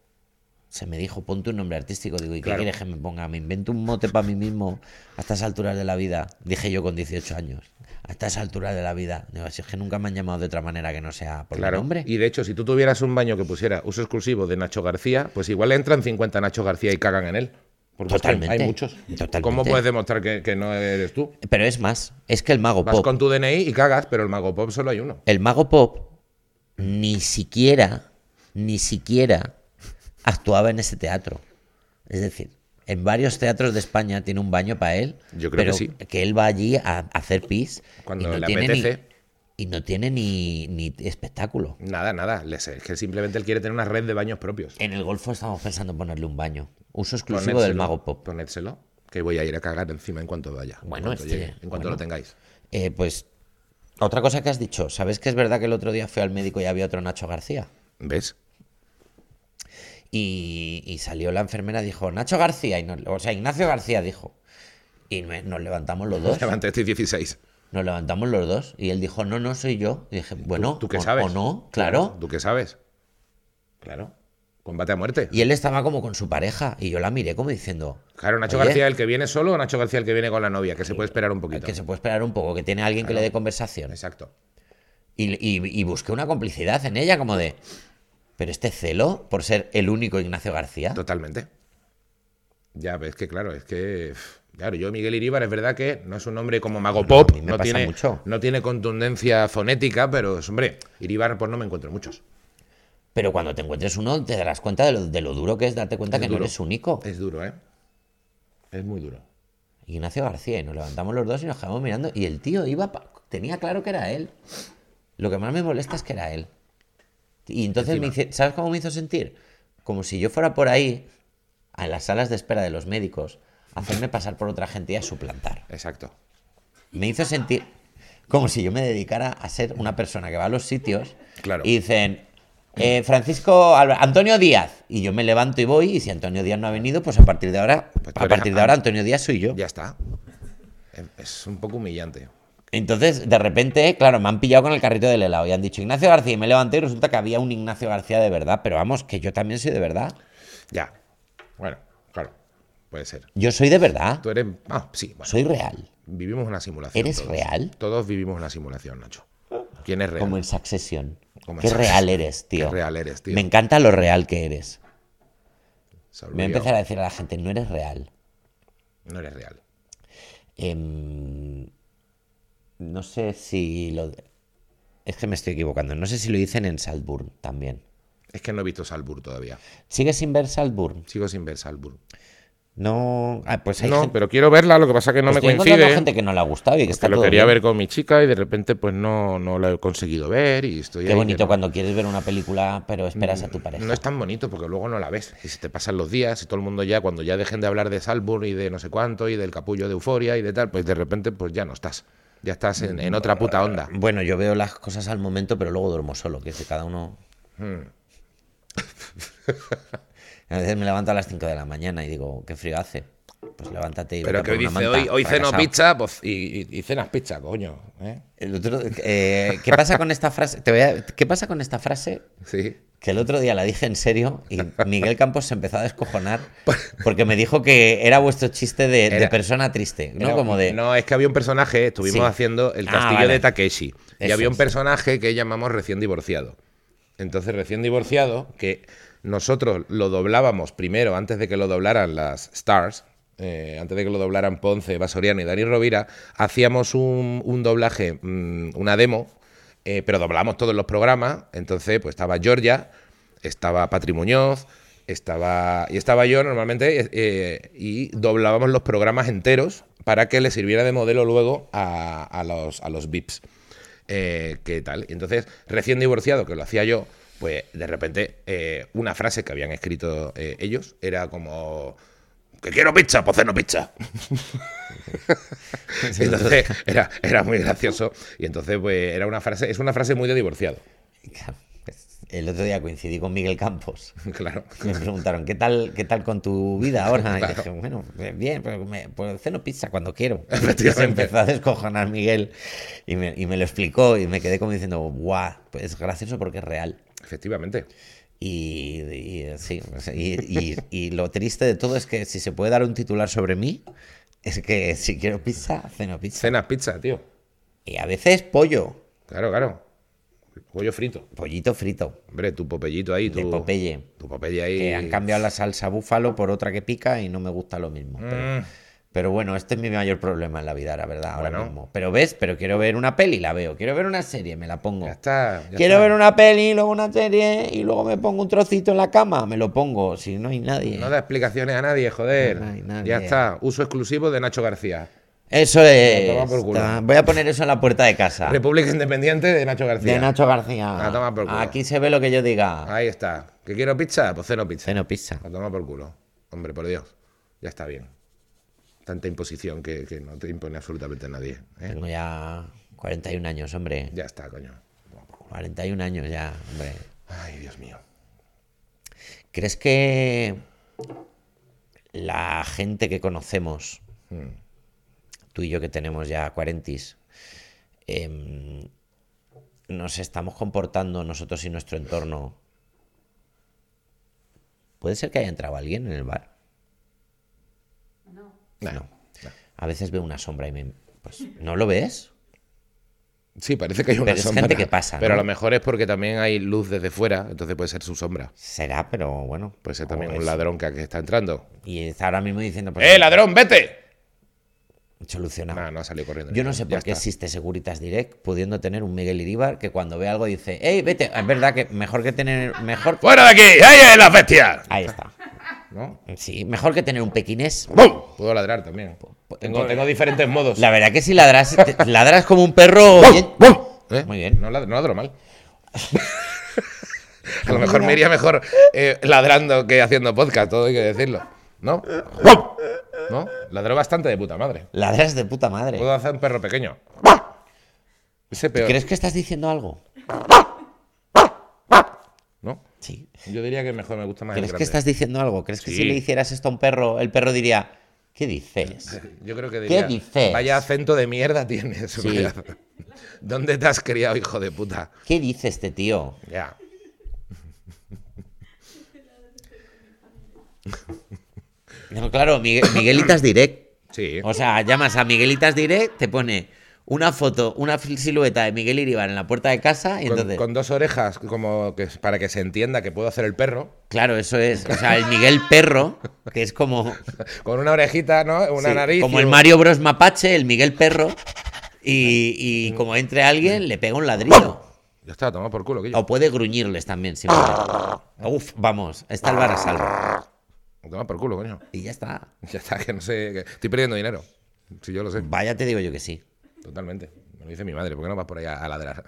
S2: se me dijo, ponte un nombre artístico. Digo, ¿y
S1: Claro.
S2: qué quieres que me ponga? Me invento un mote para mí mismo a estas alturas de la vida. Dije yo con 18 años. A estas alturas de la vida. Digo, si es que nunca me han llamado de otra manera que no sea por mi
S1: Claro.
S2: nombre.
S1: Y de hecho, si tú tuvieras un baño que pusiera uso exclusivo de Nacho García, pues igual entran 50 Nacho García y cagan en él. Porque es que
S2: Totalmente.
S1: Hay muchos.
S2: Totalmente.
S1: ¿Cómo puedes demostrar que, que no eres tú?
S2: Pero es más, es que el mago
S1: Vas
S2: pop.
S1: con tu DNI y cagas, pero el Mago Pop solo hay uno.
S2: El mago pop ni siquiera, ni siquiera actuaba en ese teatro. Es decir, en varios teatros de España tiene un baño para él.
S1: Yo creo
S2: pero
S1: que sí.
S2: él va allí a hacer pis. y
S1: Cuando
S2: no
S1: le
S2: tiene ni-
S1: apetece.
S2: y no tiene ni, ni espectáculo.
S1: Nada, nada. Le sé, Es que simplemente él quiere tener una red de baños propios.
S2: En el Golfo estamos pensando en ponerle un baño. Uso exclusivo del
S1: Ponédselo,
S2: mago pop.
S1: Ponédselo, que voy a ir a cagar encima en cuanto vaya. en
S2: Bueno,
S1: cuanto
S2: este-
S1: llegue, en cuanto
S2: bueno.
S1: lo tengáis.
S2: Eh, pues, otra cosa que has dicho. ¿Sabes que es verdad que el otro día fui al médico y había otro Nacho García?
S1: ¿Ves?
S2: Y, y salió la enfermera, dijo, Nacho García, y nos- o sea, Ignacio García dijo. Y me- nos levantamos los dos.
S1: Levanté este 16.
S2: Nos levantamos los dos. Y él dijo, no, no soy yo. Y dije, bueno,
S1: ¿Tú qué
S2: o-
S1: sabes?
S2: o no, claro.
S1: ¿Tú qué sabes? Claro. Combate a muerte.
S2: Y él estaba como con su pareja. Y yo la miré como diciendo,
S1: Claro, Nacho
S2: Oye.
S1: García el que viene solo o Nacho García el que viene con la novia, que se puede esperar un poquito.
S2: que se puede esperar un poco, que tiene alguien que le dé conversación.
S1: Exacto.
S2: Y, y- y busqué una complicidad en ella, como de. Pero este celo por ser el único Ignacio García.
S1: Totalmente. Ya ves que, claro, es que. pff, Claro, yo Miguel Iríbar es verdad que no es un nombre como Mago
S2: No, no,
S1: Pop,
S2: a mí me
S1: no
S2: pasa
S1: tiene,
S2: mucho.
S1: no tiene contundencia fonética, pero es, hombre, Iríbar pues no me encuentro muchos.
S2: Pero cuando te encuentres uno, te darás cuenta de lo, de lo duro que es darte cuenta
S1: Es
S2: que
S1: duro.
S2: no eres único.
S1: Es duro, ¿eh? Es muy duro.
S2: Ignacio García. Y nos levantamos los dos y nos quedamos mirando. Y el tío iba. pa- Tenía claro que era él. Lo que más me molesta es que era él. Y entonces, me hice- ¿sabes cómo me hizo sentir? Como si yo fuera por ahí, a las salas de espera de los médicos, a hacerme pasar por otra gente y a suplantar.
S1: Exacto.
S2: me hizo sentir como si yo me dedicara a ser una persona que va a los sitios
S1: Claro.
S2: y dicen eh, Francisco Alba- Antonio Díaz y yo me levanto y voy y si Antonio Díaz no ha venido pues a partir de ahora
S1: Pues tú
S2: a
S1: eres
S2: partir de ahora Antonio Díaz soy yo
S1: Ya está. Es- Es un poco humillante.
S2: entonces de repente claro me han pillado con el carrito del helado y han dicho Ignacio García y me levanté y resulta que había un Ignacio García de verdad pero vamos que yo también soy de verdad
S1: Ya. Bueno, claro. Puede ser.
S2: yo soy de verdad
S1: Tú eres. Ah, sí, bueno.
S2: soy real
S1: Vivimos una simulación.
S2: ¿Eres
S1: todos.
S2: real? Ah,
S1: Todos vivimos una simulación, Nacho. ¿Quién es real?
S2: como en Succession
S1: Como en
S2: qué
S1: Succession.
S2: real eres tío
S1: Qué real eres, tío.
S2: me encanta lo real que eres
S1: Se
S2: me voy a
S1: olvidó.
S2: empezar a decir a la gente no eres real
S1: No eres real.
S2: Em, no sé si lo. Es que me estoy equivocando. No sé si lo dicen en Saltburn también.
S1: Es que no he visto Salbur todavía.
S2: ¿Sigues sin ver Saltburn?
S1: Sigo sin ver Salbur.
S2: No. Ah, pues hay
S1: No,
S2: gente.
S1: pero quiero verla, lo que pasa que no
S2: pues estoy
S1: me
S2: encontrando
S1: coincide.
S2: gente que no le ha gustado y que está
S1: que lo
S2: todo
S1: quería
S2: bien.
S1: ver con mi chica y de repente pues no, no lo he conseguido ver y estoy
S2: Qué
S1: ahí que
S2: bonito
S1: no-
S2: cuando Mm, quieres ver una película, pero esperas a tu pareja.
S1: No es tan bonito porque luego no la ves. Y se te pasan los días y todo el mundo ya, cuando ya dejen de hablar de Salbur y de no sé cuánto y del capullo de euforia y de tal, pues de repente pues ya no estás. Ya estás en, en otra puta onda.
S2: Bueno, yo veo las cosas al momento, pero luego duermo solo, que es que cada uno. Hmm. A veces me levanto a las 5 de la mañana y digo, qué frío hace. Pues levántate y vete
S1: Pero
S2: a
S1: que
S2: por
S1: hoy
S2: una
S1: dice,
S2: manta,
S1: hoy, hoy ceno
S2: fracasado.
S1: pizza pues, y, y- y cenas pizza, coño. ¿eh?
S2: El otro- eh, ¿Qué pasa con esta frase? Te voy a- ¿Qué pasa con esta frase?
S1: Sí.
S2: Que el otro día la dije en serio y Miguel Campos se empezó a descojonar porque me dijo que era vuestro chiste de, de
S1: Era-
S2: persona triste, ¿no?
S1: Era-
S2: Como de.
S1: No, es que había un personaje, estuvimos
S2: Sí.
S1: haciendo el
S2: Ah,
S1: castillo
S2: vale.
S1: de Takeshi. y
S2: Eso
S1: había un
S2: es.
S1: personaje que llamamos recién divorciado. Entonces, recién divorciado, que nosotros lo doblábamos primero antes de que lo doblaran las Stars. eh, antes de que lo doblaran Ponce, Vasoriano y Dani Rovira, hacíamos un, un doblaje, mm, una demo eh, pero doblamos todos los programas. Entonces, pues estaba Georgia, estaba Patri Muñoz, estaba, y estaba yo normalmente, eh, y doblábamos los programas enteros para que le sirviera de modelo luego a, a los, a los VIPs. Eh, ¿Qué tal? Y entonces, recién divorciado, que lo hacía yo, pues de repente eh, una frase que habían escrito eh, ellos era como que quiero pizza, pues no pizza. entonces era, era muy gracioso y entonces pues era una frase, es una frase muy de divorciado.
S2: Pues, El otro día coincidí con Miguel Campos.
S1: Claro.
S2: Me preguntaron, ¿qué tal, qué tal con tu vida ahora? Y
S1: Claro.
S2: dije, bueno, bien, pues, me, pues ceno pizza cuando quiero. Y se
S1: Efectivamente.
S2: empezó a descojonar Miguel y me, y me lo explicó y me quedé como diciendo, guau, pues es gracioso porque es real.
S1: Efectivamente.
S2: Y, y, eh, sí, o sea, y, y- y lo triste de todo es que si se puede dar un titular sobre mí, es que si quiero pizza, ceno pizza.
S1: Cenas pizza, tío.
S2: Y a veces pollo,
S1: Claro, claro. Pollo frito.
S2: pollito frito,
S1: Hombre, tu popellito ahí, tu
S2: de Popeye.
S1: Tu popeye ahí.
S2: Que han cambiado la salsa búfalo por otra que pica y no me gusta lo mismo. Pero,
S1: Mm,
S2: pero bueno, este es mi mayor problema en la vida, la verdad, ahora
S1: Bueno.
S2: mismo. Pero ves, pero quiero ver una peli, la veo. Quiero ver una serie, me la pongo.
S1: ya está. ya
S2: Mm. quiero
S1: está.
S2: ver una peli, luego una serie y luego me pongo un trocito en la cama. Me lo pongo, si no hay nadie.
S1: No da explicaciones a nadie, joder.
S2: No hay nadie.
S1: Ya está. Uso exclusivo de Nacho García.
S2: Eso es.
S1: toma por culo.
S2: Ta- Voy a poner eso en la puerta de casa.
S1: República Independiente de Nacho García.
S2: De Nacho García.
S1: A tomar Ah, por culo. Ah.
S2: Aquí se ve lo que yo diga.
S1: Ahí está. ¿Que quiero pizza? Pues cero pizza.
S2: Ceno pizza.
S1: A tomar por culo. Hombre, por Dios. Ya está bien. Tanta imposición que, que no te impone absolutamente nadie. ¿eh?
S2: Tengo ya 41 años, hombre.
S1: Ya está, coño.
S2: 41 años ya, hombre.
S1: Ay, Dios mío.
S2: ¿Crees que la gente que conocemos, hmm, tú y yo que tenemos ya 40, em, nos estamos comportando nosotros y nuestro entorno? ¿Puede ser que haya entrado alguien en el bar?
S1: Nah.
S2: A veces veo una sombra y me... Pues, ¿No lo ves?
S1: Sí, parece que hay una
S2: es
S1: sombra.
S2: gente que pasa,
S1: Pero a
S2: ¿no?
S1: lo mejor es porque también hay luz desde fuera, entonces puede ser su sombra.
S2: Será, pero bueno.
S1: Puede ser también
S2: o
S1: un
S2: es-
S1: ladrón que, que está entrando.
S2: Y está ahora mismo diciendo... Pues,
S1: ¡Eh, ladrón, vete!
S2: Solucionado.
S1: Nah, no ha salido corriendo.
S2: Yo no sé
S1: Ya
S2: por qué
S1: está.
S2: existe Seguritas Direct pudiendo tener un Miguel Iribar que cuando ve algo dice, ¡Ey, vete! Es verdad que mejor que tener. Mejor.
S1: ¡Fuera de aquí! ¡Ahí es la bestia!
S2: Ahí está.
S1: ¿No?
S2: Sí, mejor que tener un pequinés.
S1: ¡Bum! Puedo ladrar también. Tengo, tengo diferentes modos.
S2: La verdad que si ladras, te- ladras como un perro.
S1: ¡Bum!
S2: oyen-
S1: ¡Bum! ¿Eh?
S2: Muy bien.
S1: No, ladro, no ladro mal. A lo mejor me iría mejor eh, ladrando que haciendo podcast, todo hay que decirlo. ¿No? ¡Bum! ¿No? Ladro bastante de puta madre.
S2: Ladras de puta madre.
S1: Puedo hacer un perro pequeño. Ese peor.
S2: ¿Crees que estás diciendo algo?
S1: ¿No?
S2: Sí.
S1: Yo diría que mejor me gusta más el
S2: ¿Crees que
S1: grande.
S2: estás diciendo algo? ¿Crees que si
S1: Sí.
S2: le hicieras esto a un perro, el perro diría, ¿qué dices?
S1: Yo creo que diría.
S2: dices?
S1: Vaya acento de mierda tienes.
S2: Sí.
S1: vaya. ¿Dónde te has criado, hijo de puta?
S2: ¿Qué dice este tío?
S1: Ya.
S2: No, claro, Migue- Miguelitas Direct.
S1: Sí.
S2: O sea, llamas a Miguelitas Direct, te pone una foto, una fil- silueta de Miguel Iribar en la puerta de casa y
S1: Con-
S2: entonces...
S1: con dos orejas, como que es para que se entienda que puedo hacer el perro.
S2: Claro, eso es. O sea, el Miguel Perro, que es como...
S1: Con una orejita, ¿no? Una
S2: sí,
S1: nariz.
S2: Como
S1: y
S2: el
S1: un-
S2: Mario Bros Mapache, el Miguel Perro. Y, y como entre alguien, le pega un ladrillo.
S1: Ya está, toma por culo, Guillo.
S2: O puede gruñirles también, si Uf, vamos, está el bar a salvo. Oh.
S1: Toma por culo, coño.
S2: Y ya está.
S1: Ya está, que no sé. que Estoy perdiendo dinero. Si yo lo sé.
S2: Vaya, te digo yo que sí.
S1: Totalmente. Me lo dice mi madre. ¿Por qué no vas por ahí a, a ladrar?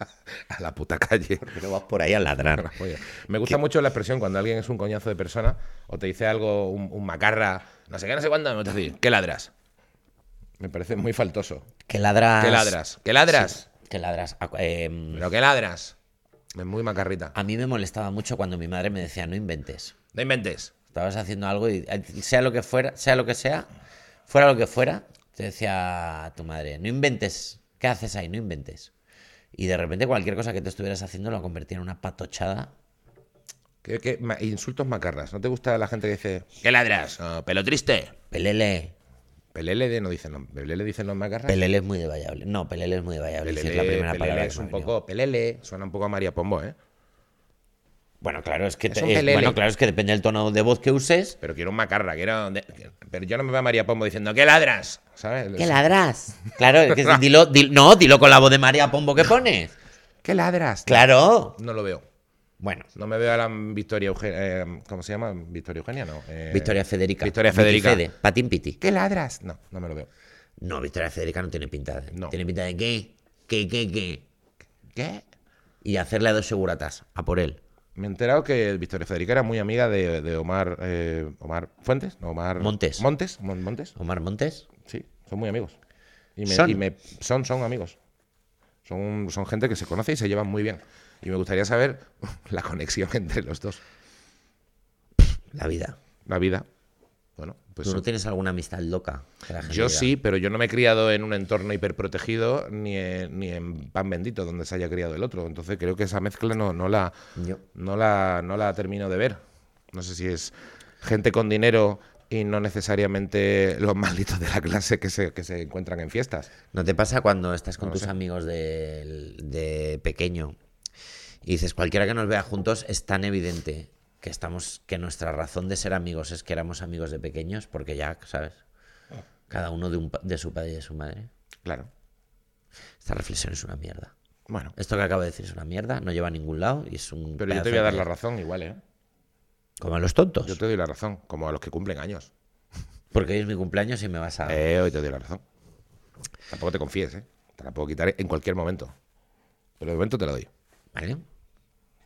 S1: a la puta calle.
S2: Pero vas por ahí a ladrar.
S1: Oye, me gusta mucho la expresión cuando alguien es un coñazo de persona o te dice algo, un, un macarra, no sé qué, no sé cuándo, no te decir, ¿qué ladras? Me parece muy faltoso.
S2: Que ladras.
S1: ¿Qué ladras? ¿Qué ladras?
S2: Que ladras. Ah, em,
S1: ¿Pero qué ladras? Es muy macarrita.
S2: A mí me molestaba mucho cuando mi madre me decía, no inventes.
S1: No inventes.
S2: Estabas haciendo algo y eh, sea lo que fuera, sea lo que sea, fuera lo que fuera, te decía tu madre, no inventes, ¿qué haces ahí? No inventes. Y de repente cualquier cosa que te estuvieras haciendo lo convertía en una patochada.
S1: ¿Qué, qué ma- insultos macarras? ¿No te gusta la gente que dice, ¿qué ladras? Ah, pelo triste.
S2: Pelele.
S1: Pelele de- no dicen, los- pelele dicen los macarras.
S2: Pelele es muy de Valladolid. No, pelele es muy de Valladolid. sí,
S1: Pelele,
S2: es la primera
S1: pelele
S2: palabra. que
S1: es
S2: me
S1: un
S2: ha venido.
S1: poco, pelele, suena un poco a María Pombo, ¿eh?
S2: Bueno, claro, es que
S1: Es
S2: te-
S1: un
S2: es-
S1: pelele.
S2: bueno, claro, es que depende del tono de voz que uses.
S1: Pero quiero un macarra, quiero... de- pero yo no me veo a María Pombo diciendo, ¿qué ladras? ¿Sabes?
S2: ¿Qué ladras? Claro, es que dilo, dil- no, dilo con la voz de María Pombo que pones.
S1: ¿Qué ladras?
S2: Claro.
S1: No lo veo.
S2: Bueno,
S1: No me veo a la Victoria Eugenia. eh, ¿Cómo se llama? Victoria Eugenia, no. eh,
S2: Victoria Federica.
S1: Victoria Federica.
S2: Vicky Fede, Patín Piti.
S1: ¿Qué ladras? No, no me lo veo.
S2: No, Victoria Federica no tiene pinta de.
S1: No.
S2: Tiene pinta de qué, qué, qué, qué.
S1: ¿Qué?
S2: Y hacerle a dos seguratas, a por él.
S1: Me he enterado que Victoria Federica era muy amiga de, de Omar. eh, Omar Fuentes, no, Omar.
S2: Montes.
S1: Montes, Mon- Montes.
S2: Omar Montes.
S1: Sí, son muy amigos. Y me-
S2: Son.
S1: y me- son, son amigos. Son, son gente que se conoce y se llevan muy bien. Y me gustaría saber la conexión entre los dos.
S2: La vida.
S1: La vida. Bueno, pues
S2: ¿Tú
S1: sí.
S2: no tienes alguna amistad loca? que la gente
S1: yo
S2: diga?
S1: sí, pero yo no me he criado en un entorno hiperprotegido ni en, ni en pan bendito donde se haya criado el otro. Entonces creo que esa mezcla no, no la,
S2: Yo.
S1: no la, no la termino de ver. No sé si es gente con dinero y no necesariamente los malditos de la clase que se, que se encuentran en fiestas.
S2: ¿No te pasa cuando estás con
S1: No lo
S2: tus
S1: sé.
S2: amigos del- de, pequeño y dices, cualquiera que nos vea juntos es tan evidente que estamos que nuestra razón de ser amigos es que éramos amigos de pequeños porque ya, ¿sabes?
S1: Ah.
S2: Cada uno de, un pa- de su padre y de su madre.
S1: Claro.
S2: Esta reflexión es una mierda.
S1: Bueno,
S2: Esto que acabo de decir es una mierda, no lleva a ningún lado y es un
S1: pero yo
S2: pedazo
S1: te voy a dar
S2: de-
S1: la razón igual, ¿eh?
S2: Como a los tontos.
S1: Yo te doy la razón, como a los que cumplen años.
S2: Porque hoy es mi cumpleaños y me vas a...
S1: Eh, hoy te doy la razón. Tampoco te confíes, ¿eh? Te la puedo quitar en cualquier momento. Pero de momento te la doy.
S2: ¿Vale?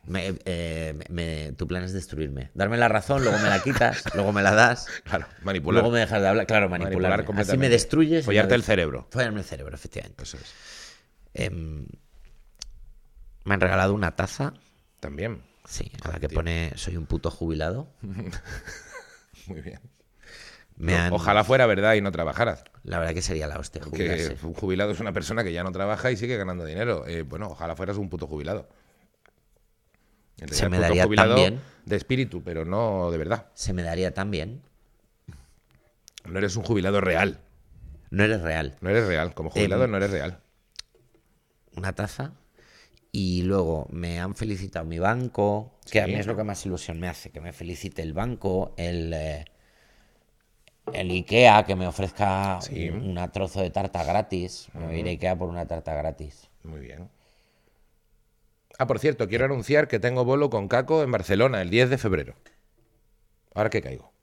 S2: Me- eh, me- me- tu plan es destruirme. Darme la razón, luego me la quitas, luego me la das.
S1: Claro, manipular.
S2: Luego me dejas de hablar. Claro, manipular. Así
S1: completamente.
S2: me destruyes. y
S1: Follarte
S2: me-
S1: el cerebro.
S2: Follarme el cerebro, efectivamente.
S1: Eso es.
S2: Em, me han regalado una taza.
S1: También.
S2: Sí, a la que pone soy un puto jubilado.
S1: Mm. Muy bien.
S2: Me han-
S1: Ojalá fuera verdad y no trabajaras.
S2: La verdad que sería la hostia
S1: Que
S2: jubilarse.
S1: un jubilado es una persona que ya no trabaja y sigue ganando dinero. Eh, bueno, ojalá fueras un puto jubilado. En realidad,
S2: Se me
S1: puto
S2: daría tan
S1: jubilado
S2: bien.
S1: De espíritu, pero no de verdad.
S2: Se me daría tan bien.
S1: No eres un jubilado real.
S2: No eres real.
S1: No eres real. Como jubilado
S2: Em,
S1: no eres real.
S2: Una taza. Y luego me han felicitado mi banco, que a
S1: Sí.
S2: mí es lo que más ilusión me hace, que me felicite el banco, el, eh, el IKEA, que me ofrezca
S1: Sí.
S2: un- una trozo de tarta gratis. Me voy a ir a IKEA por una tarta gratis.
S1: Muy bien. Ah, por cierto, quiero anunciar que tengo bolo con Caco en Barcelona el 10 de febrero. Ahora que caigo.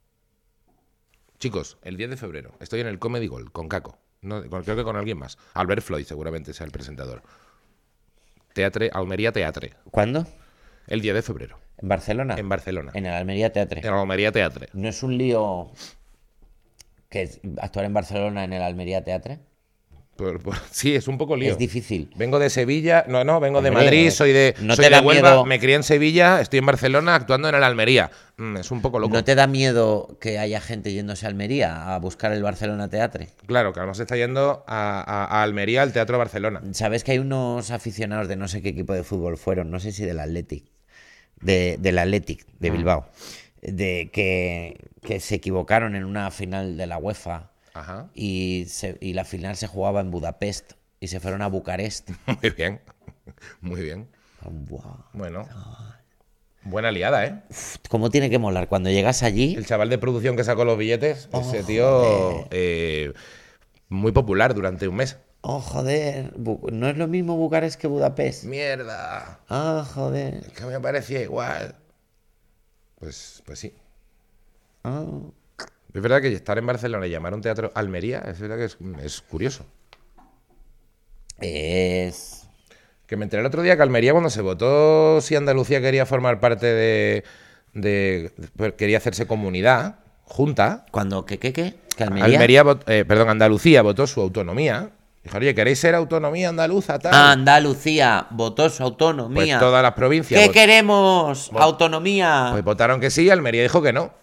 S1: Chicos, el 10 de febrero estoy en el Comedy Gold con Caco. No, con- creo que con alguien más. Albert Floyd seguramente sea el presentador. Teatre, Almería Teatre.
S2: ¿Cuándo?
S1: El 10 de febrero.
S2: ¿En Barcelona?
S1: En Barcelona. En,
S2: En el Almería Teatre.
S1: Almería Teatre.
S2: ¿No es un lío que es- actuar en Barcelona en el Almería Teatre?
S1: Por- por- sí, es un poco lío.
S2: Es difícil.
S1: Vengo de Sevilla, no, no, vengo de
S2: Hombre,
S1: Madrid,
S2: eh,
S1: soy de,
S2: no
S1: soy
S2: te
S1: de
S2: da
S1: Huelva,
S2: miedo-
S1: me crié en Sevilla, estoy en Barcelona actuando en el Almería. Mm, es un poco loco.
S2: ¿No te da miedo que haya gente yéndose a Almería a buscar el Barcelona Teatre?
S1: Claro, que además está yendo a, a- a Almería, al Teatro Barcelona.
S2: ¿Sabes que hay unos aficionados de no sé qué equipo de fútbol fueron? No sé si del Athletic. De, del Athletic de Bilbao. De que, que se equivocaron en una final de la UEFA
S1: Ajá.
S2: y, se- y la final se jugaba en Budapest y se fueron a Bucarest.
S1: Muy bien. Muy bien.
S2: Buah.
S1: Bueno. Buena liada, ¿eh?
S2: Uf, ¿Cómo tiene que molar? Cuando llegas allí,
S1: El chaval de producción que sacó los billetes, ese tío eh, muy popular durante un mes.
S2: oh joder, Bu- no es lo mismo Bucarest que Budapest.
S1: Mierda,
S2: Ah, joder.
S1: es que me parecía igual. Pues, pues sí.
S2: ah.
S1: Es verdad que estar en Barcelona y llamar a un teatro Almería, es verdad que es, es curioso.
S2: Es
S1: Que me enteré el otro día que Almería, cuando se votó si Andalucía quería formar parte de. de- pues, quería hacerse comunidad, junta.
S2: cuando que qué qué? ¿Que Almería?
S1: Almería, vot- eh, perdón, Andalucía votó su autonomía. Dijeron, oye, ¿queréis ser autonomía andaluza? Tal?
S2: Ah, Andalucía votó su
S1: pues
S2: autonomía.
S1: todas las provincias
S2: ¿Qué
S1: vot-
S2: queremos? autonomía.
S1: pues votaron que sí y Almería dijo que no.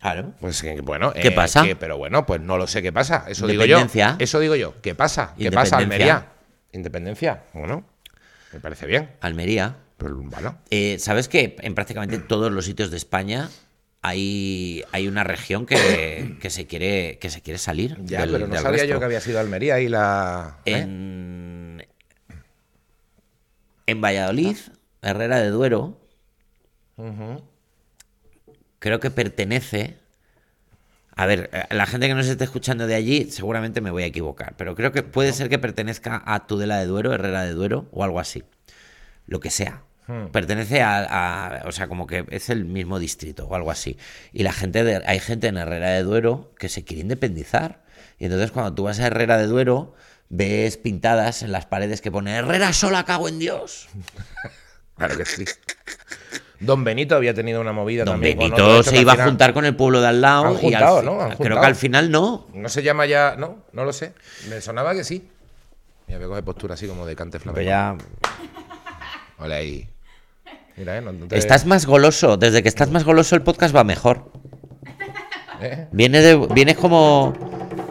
S2: claro.
S1: Pues que, bueno,
S2: ¿Qué pasa?
S1: que- pero bueno, pues no lo sé qué pasa. Eso digo yo.
S2: Independencia.
S1: Eso digo yo. ¿Qué pasa? ¿Qué pasa,
S2: Independencia.
S1: Almería? Independencia. Bueno, me parece bien.
S2: Almería.
S1: Pero bueno.
S2: Eh, ¿Sabes que en prácticamente todos los sitios de España hay, hay una región que, que se quiere que se quiere salir?
S1: Ya,
S2: del-
S1: pero no
S2: del
S1: sabía
S2: resto?
S1: yo que había sido Almería y la. ¿eh?
S2: En, en Valladolid, Herrera de Duero, creo que pertenece A ver, eh, la gente que nos esté escuchando de allí, seguramente me voy a equivocar, pero creo que puede ser que pertenezca a Tudela de Duero, Herrera de Duero o algo así. Lo que sea.
S1: Hmm.
S2: Pertenece a, a- O sea, como que es el mismo distrito o algo así. Y la gente de- hay gente en Herrera de Duero que se quiere independizar. Y entonces cuando tú vas a Herrera de Duero, ves pintadas en las paredes que pone Herrera sola cago en Dios.
S1: Claro que sí. Don Benito había tenido una movida
S2: Don
S1: también. con otro,
S2: Benito
S1: esto que
S2: se
S1: al
S2: iba a
S1: final-
S2: juntar con el pueblo de al
S1: Han
S2: lado. y al
S1: juntado,
S2: fi-
S1: ¿no? Han
S2: Creo
S1: juntado.
S2: que al final no.
S1: No se llama ya. No, no lo sé. Me sonaba que sí. Mira, voy a coger postura así como de cante
S2: Pero
S1: flamenco.
S2: ya.
S1: Hola ahí. Mira, eh. No, no te-
S2: Estás más goloso. Desde que estás más goloso, el podcast va mejor.
S1: ¿eh?
S2: Vienes de. Vienes como.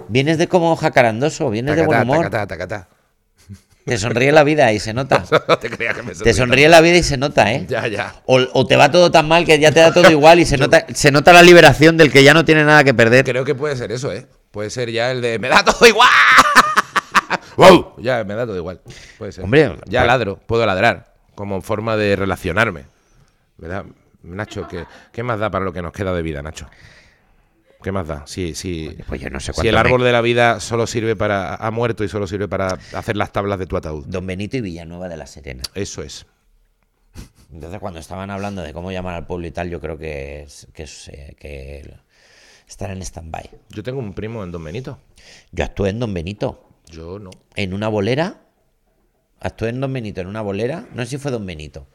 S2: Vienes de como jacarandoso, vienes de buen
S1: Tacatá,
S2: humor.
S1: tacatá, tacatá.
S2: Te sonríe la vida y se nota.
S1: No te creas que me
S2: Te sonríe la vida y se nota, ¿eh?
S1: Ya, ya.
S2: O, o te va todo tan mal que ya te da todo igual y se nota, se nota la liberación del que ya no tiene nada que perder.
S1: Creo que puede ser eso, ¿eh? Puede ser ya el de. ¡Me da todo igual! ¡Wow! Ya, me da todo igual. Puede ser.
S2: Hombre,
S1: ya
S2: pa-
S1: ladro, puedo ladrar. Como forma de relacionarme. ¿Verdad? Nacho, ¿qué, qué más da para lo que nos queda de vida, Nacho? ¿Qué más da? Sí, sí.
S2: Pues yo no sé cuánto.
S1: Si el
S2: me-
S1: árbol de la vida solo sirve para. ha muerto y solo sirve para hacer las tablas de tu ataúd.
S2: Don Benito y Villanueva de la Serena.
S1: Eso es.
S2: Entonces, cuando estaban hablando de cómo llamar al pueblo y tal, yo creo que, es- que, es, eh, que están en stand-by.
S1: Yo tengo un primo en Don Benito.
S2: Yo actué en Don Benito,
S1: Yo no.
S2: en una bolera. Actué en Don Benito, en una bolera. No sé si fue Don Benito.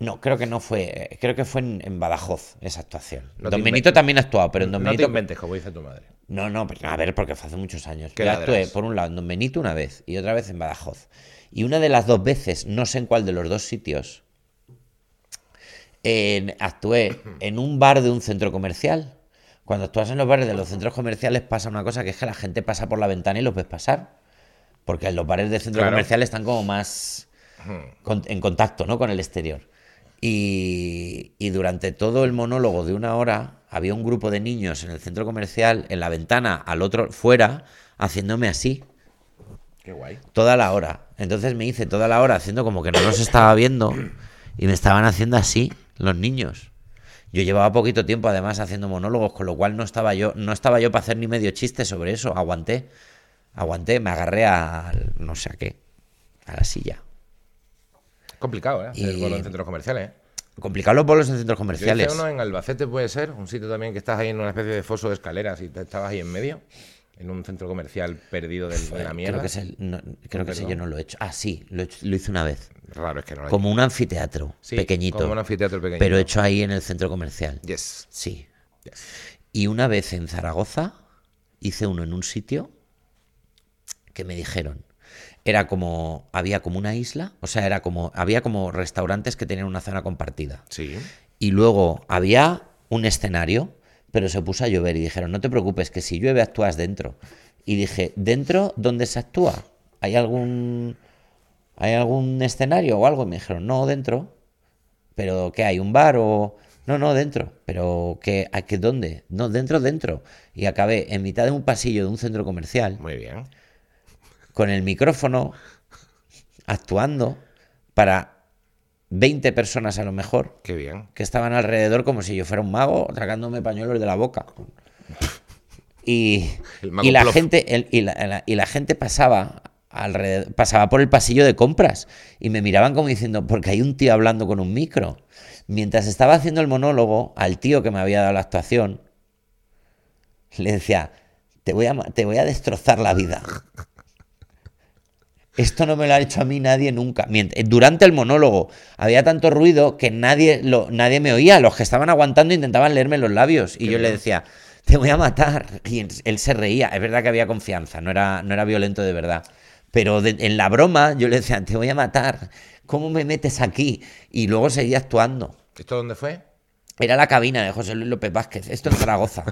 S2: No, creo que no fue. eh, Creo que fue en, en Badajoz esa actuación.
S1: No te
S2: Don
S1: inven-
S2: Benito también ha actuado, pero en Don
S1: no te
S2: Benito.
S1: inventes, como dice tu madre.
S2: No, no, pero a ver, porque fue hace muchos años.
S1: ¿Qué
S2: Yo actué,
S1: ladras?
S2: por un lado, en Don Benito una vez y otra vez en Badajoz. Y una de las dos veces, no sé en cuál de los dos sitios, en- actué en un bar de un centro comercial. Cuando actúas en los bares de los centros comerciales pasa una cosa que es que la gente pasa por la ventana y los ves pasar. Porque en los bares de centro
S1: Claro.
S2: comercial están como más con- en contacto ¿no? con el exterior. Y, y durante todo el monólogo de una hora había un grupo de niños en el centro comercial, en la ventana, al otro, fuera, haciéndome así
S1: Qué guay.
S2: toda la hora. Entonces me hice toda la hora haciendo como que no los estaba viendo y me estaban haciendo así los niños. Yo llevaba poquito tiempo además haciendo monólogos, con lo cual no estaba yo, no estaba yo para hacer ni medio chiste sobre eso. Aguanté, aguanté, me agarré al no sé a qué, a la silla.
S1: Complicado, ¿eh? Hacer
S2: Y-
S1: bolos en centros comerciales, ¿eh?
S2: Complicado los bolos en centros
S1: Yo hice
S2: comerciales.
S1: uno en Albacete, puede ser, un sitio también que estás ahí en una especie de foso de escaleras y te estabas ahí en medio, en un centro comercial perdido del- de, la mierda.
S2: Creo que, ese, no- creo que ese
S1: Perdón.
S2: yo no lo he hecho. Ah, sí, lo, he hecho- lo hice una vez.
S1: Raro es que no lo haya.
S2: Como un anfiteatro
S1: Sí,
S2: pequeñito.
S1: Como un anfiteatro pequeño.
S2: Pero hecho ahí en el centro comercial.
S1: Yes.
S2: Sí. Y una vez en Zaragoza hice uno en un sitio que me dijeron. Era como, había como una isla, o sea, era como, había como restaurantes que tenían una zona compartida.
S1: Sí.
S2: Y luego había un escenario, pero se puso a llover y dijeron, no te preocupes, que si llueve actúas dentro. Y dije, ¿dentro dónde se actúa? ¿Hay algún, ¿Hay algún escenario o algo? Y me dijeron, no, dentro. ¿Pero qué hay? ¿Un bar o...? No, no, dentro. ¿Pero qué? ¿A qué dónde? No, dentro, dentro. Y acabé en mitad de un pasillo de un centro comercial
S1: Muy bien.
S2: con el micrófono actuando para 20 personas a lo mejor
S1: Qué bien.
S2: que estaban alrededor como si yo fuera un mago sacándome pañuelos de la boca. Y,
S1: El mago
S2: y la
S1: Plof.
S2: gente el- y, la, la- y la gente pasaba alrededor, pasaba por el pasillo de compras y me miraban como diciendo, porque hay un tío hablando con un micro. Mientras estaba haciendo el monólogo, al tío que me había dado la actuación, le decía, te voy a, ma- te voy a destrozar la vida. Esto no me lo ha hecho a mí nadie nunca. Mient- eh, Durante el monólogo había tanto ruido que nadie, lo, nadie me oía. Los que estaban aguantando intentaban leerme los labios. Y yo le decía, te voy a matar. Y él, él se reía. Es verdad que había confianza, no era, no era violento de verdad. Pero de- en la broma yo le decía, te voy a matar. ¿Cómo me metes aquí? Y luego seguía actuando.
S1: ¿Esto dónde fue?
S2: Era la cabina de José Luis López Vázquez. Esto en Zaragoza.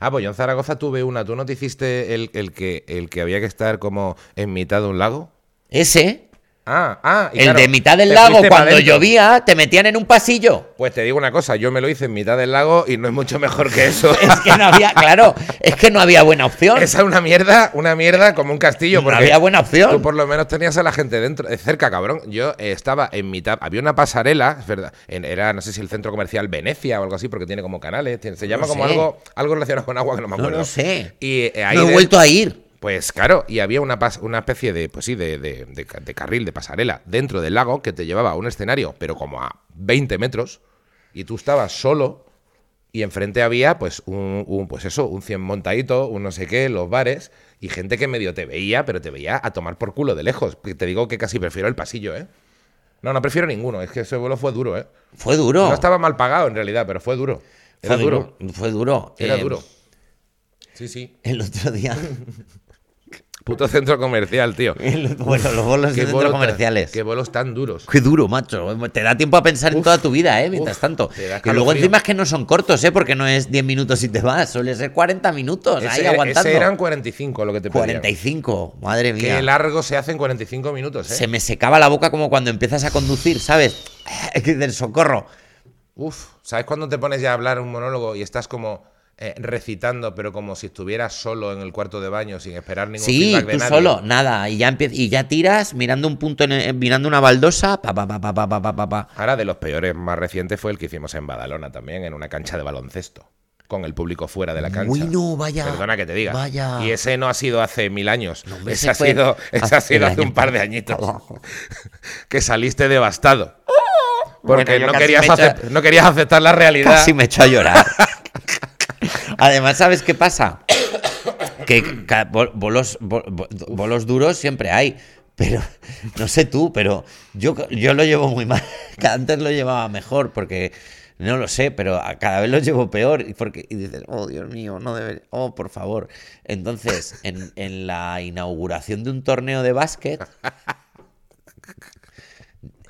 S1: ah, pues yo en Zaragoza tuve una. ¿Tú no te hiciste el, el que, el que había que estar como en mitad de un lago?
S2: Ese
S1: Ah, ah, y
S2: El
S1: claro,
S2: de mitad del
S1: te
S2: lago,
S1: fuiste pa'
S2: cuando
S1: dentro.
S2: llovía, te metían en un pasillo.
S1: Pues te digo una cosa, yo me lo hice en mitad del lago y no es mucho mejor que eso.
S2: Es que no había, claro, es que no había buena opción.
S1: Esa es una mierda, una mierda como un castillo.
S2: No
S1: Porque
S2: había buena opción.
S1: Tú por lo menos tenías a la gente dentro, eh, cerca, cabrón. Yo eh, estaba en mitad, había una pasarela, es verdad, en- era, no sé si el centro comercial Venecia o algo así, porque tiene como canales, tiene- se llama
S2: lo
S1: como
S2: sé.
S1: algo, algo relacionado con agua que no me
S2: No
S1: acuerdo.
S2: lo sé.
S1: Y eh, ahí
S2: no he
S1: de-
S2: vuelto a ir.
S1: Pues claro, y había una, pas- una especie de, pues sí, de, de- de ca- de carril, de pasarela dentro del lago que te llevaba a un escenario, pero como a 20 metros, y tú estabas solo, y enfrente había, pues, un, un- pues eso, un cien montadito, un no sé qué, los bares, y gente que medio te veía, pero te veía a tomar por culo de lejos. Que Te digo que casi prefiero el pasillo, ¿eh? No, no prefiero ninguno, es que ese vuelo fue duro, ¿eh?
S2: Fue duro.
S1: No estaba mal pagado en realidad, pero fue duro. Era
S2: fue
S1: duro, Em.
S2: Fue duro.
S1: era
S2: Eh,
S1: duro. Sí, sí.
S2: El otro día.
S1: Puto centro comercial, tío.
S2: el- bueno, los bolos de centros
S1: bolos tan-
S2: comerciales.
S1: Qué bolos tan duros.
S2: Qué duro, macho. Te da tiempo a pensar en toda tu vida, ¿eh? Mientras
S1: uf,
S2: tanto.
S1: te da
S2: Y luego
S1: calofrío.
S2: encima es que no son cortos, ¿eh? Porque no es 10 minutos y te vas. Suele ser 40 minutos ahí
S1: ese,
S2: aguantando.
S1: ese eran 45 lo que te pedían.
S2: 45, madre mía.
S1: Qué largo se hacen 45 minutos, ¿eh?
S2: Se me secaba la boca como cuando empiezas a conducir, ¿sabes? Es que del socorro.
S1: Uf, ¿sabes cuando te pones ya a hablar un monólogo y estás como eh, recitando, pero como si estuvieras solo en el cuarto de baño sin esperar ningún
S2: Sí,
S1: feedback de
S2: tú
S1: nadie?
S2: solo, nada. Y ya, empie- y ya tiras mirando un punto, en el- mirando una baldosa, pa, pa, pa, pa, pa, pa, pa, pa, pa.
S1: Ahora, de los peores más recientes fue el que hicimos en Badalona también, en una cancha de baloncesto, con el público fuera de la cancha.
S2: Bueno, vaya,
S1: Perdona que te diga.
S2: vaya.
S1: Y ese no ha sido hace mil años.
S2: hombre,
S1: ese
S2: ese
S1: ha
S2: fue
S1: sido, ese
S2: hace
S1: ha sido
S2: el
S1: hace
S2: año
S1: un par de añitos.
S2: pasado.
S1: que saliste devastado. Porque
S2: Bueno, yo
S1: no,
S2: casi
S1: querías
S2: me echo-
S1: acep- no querías aceptar la realidad.
S2: Casi me echó a llorar. Además, ¿sabes qué pasa? Que ca- bol- bolos, bol- bol- bolos duros siempre hay. Pero no sé tú, pero yo, yo lo llevo muy mal. Que antes lo llevaba mejor porque no lo sé, pero a- cada vez lo llevo peor. Y, porque, y dices, oh Dios mío, no debería, oh por favor. Entonces, en, en la inauguración de un torneo de básquet,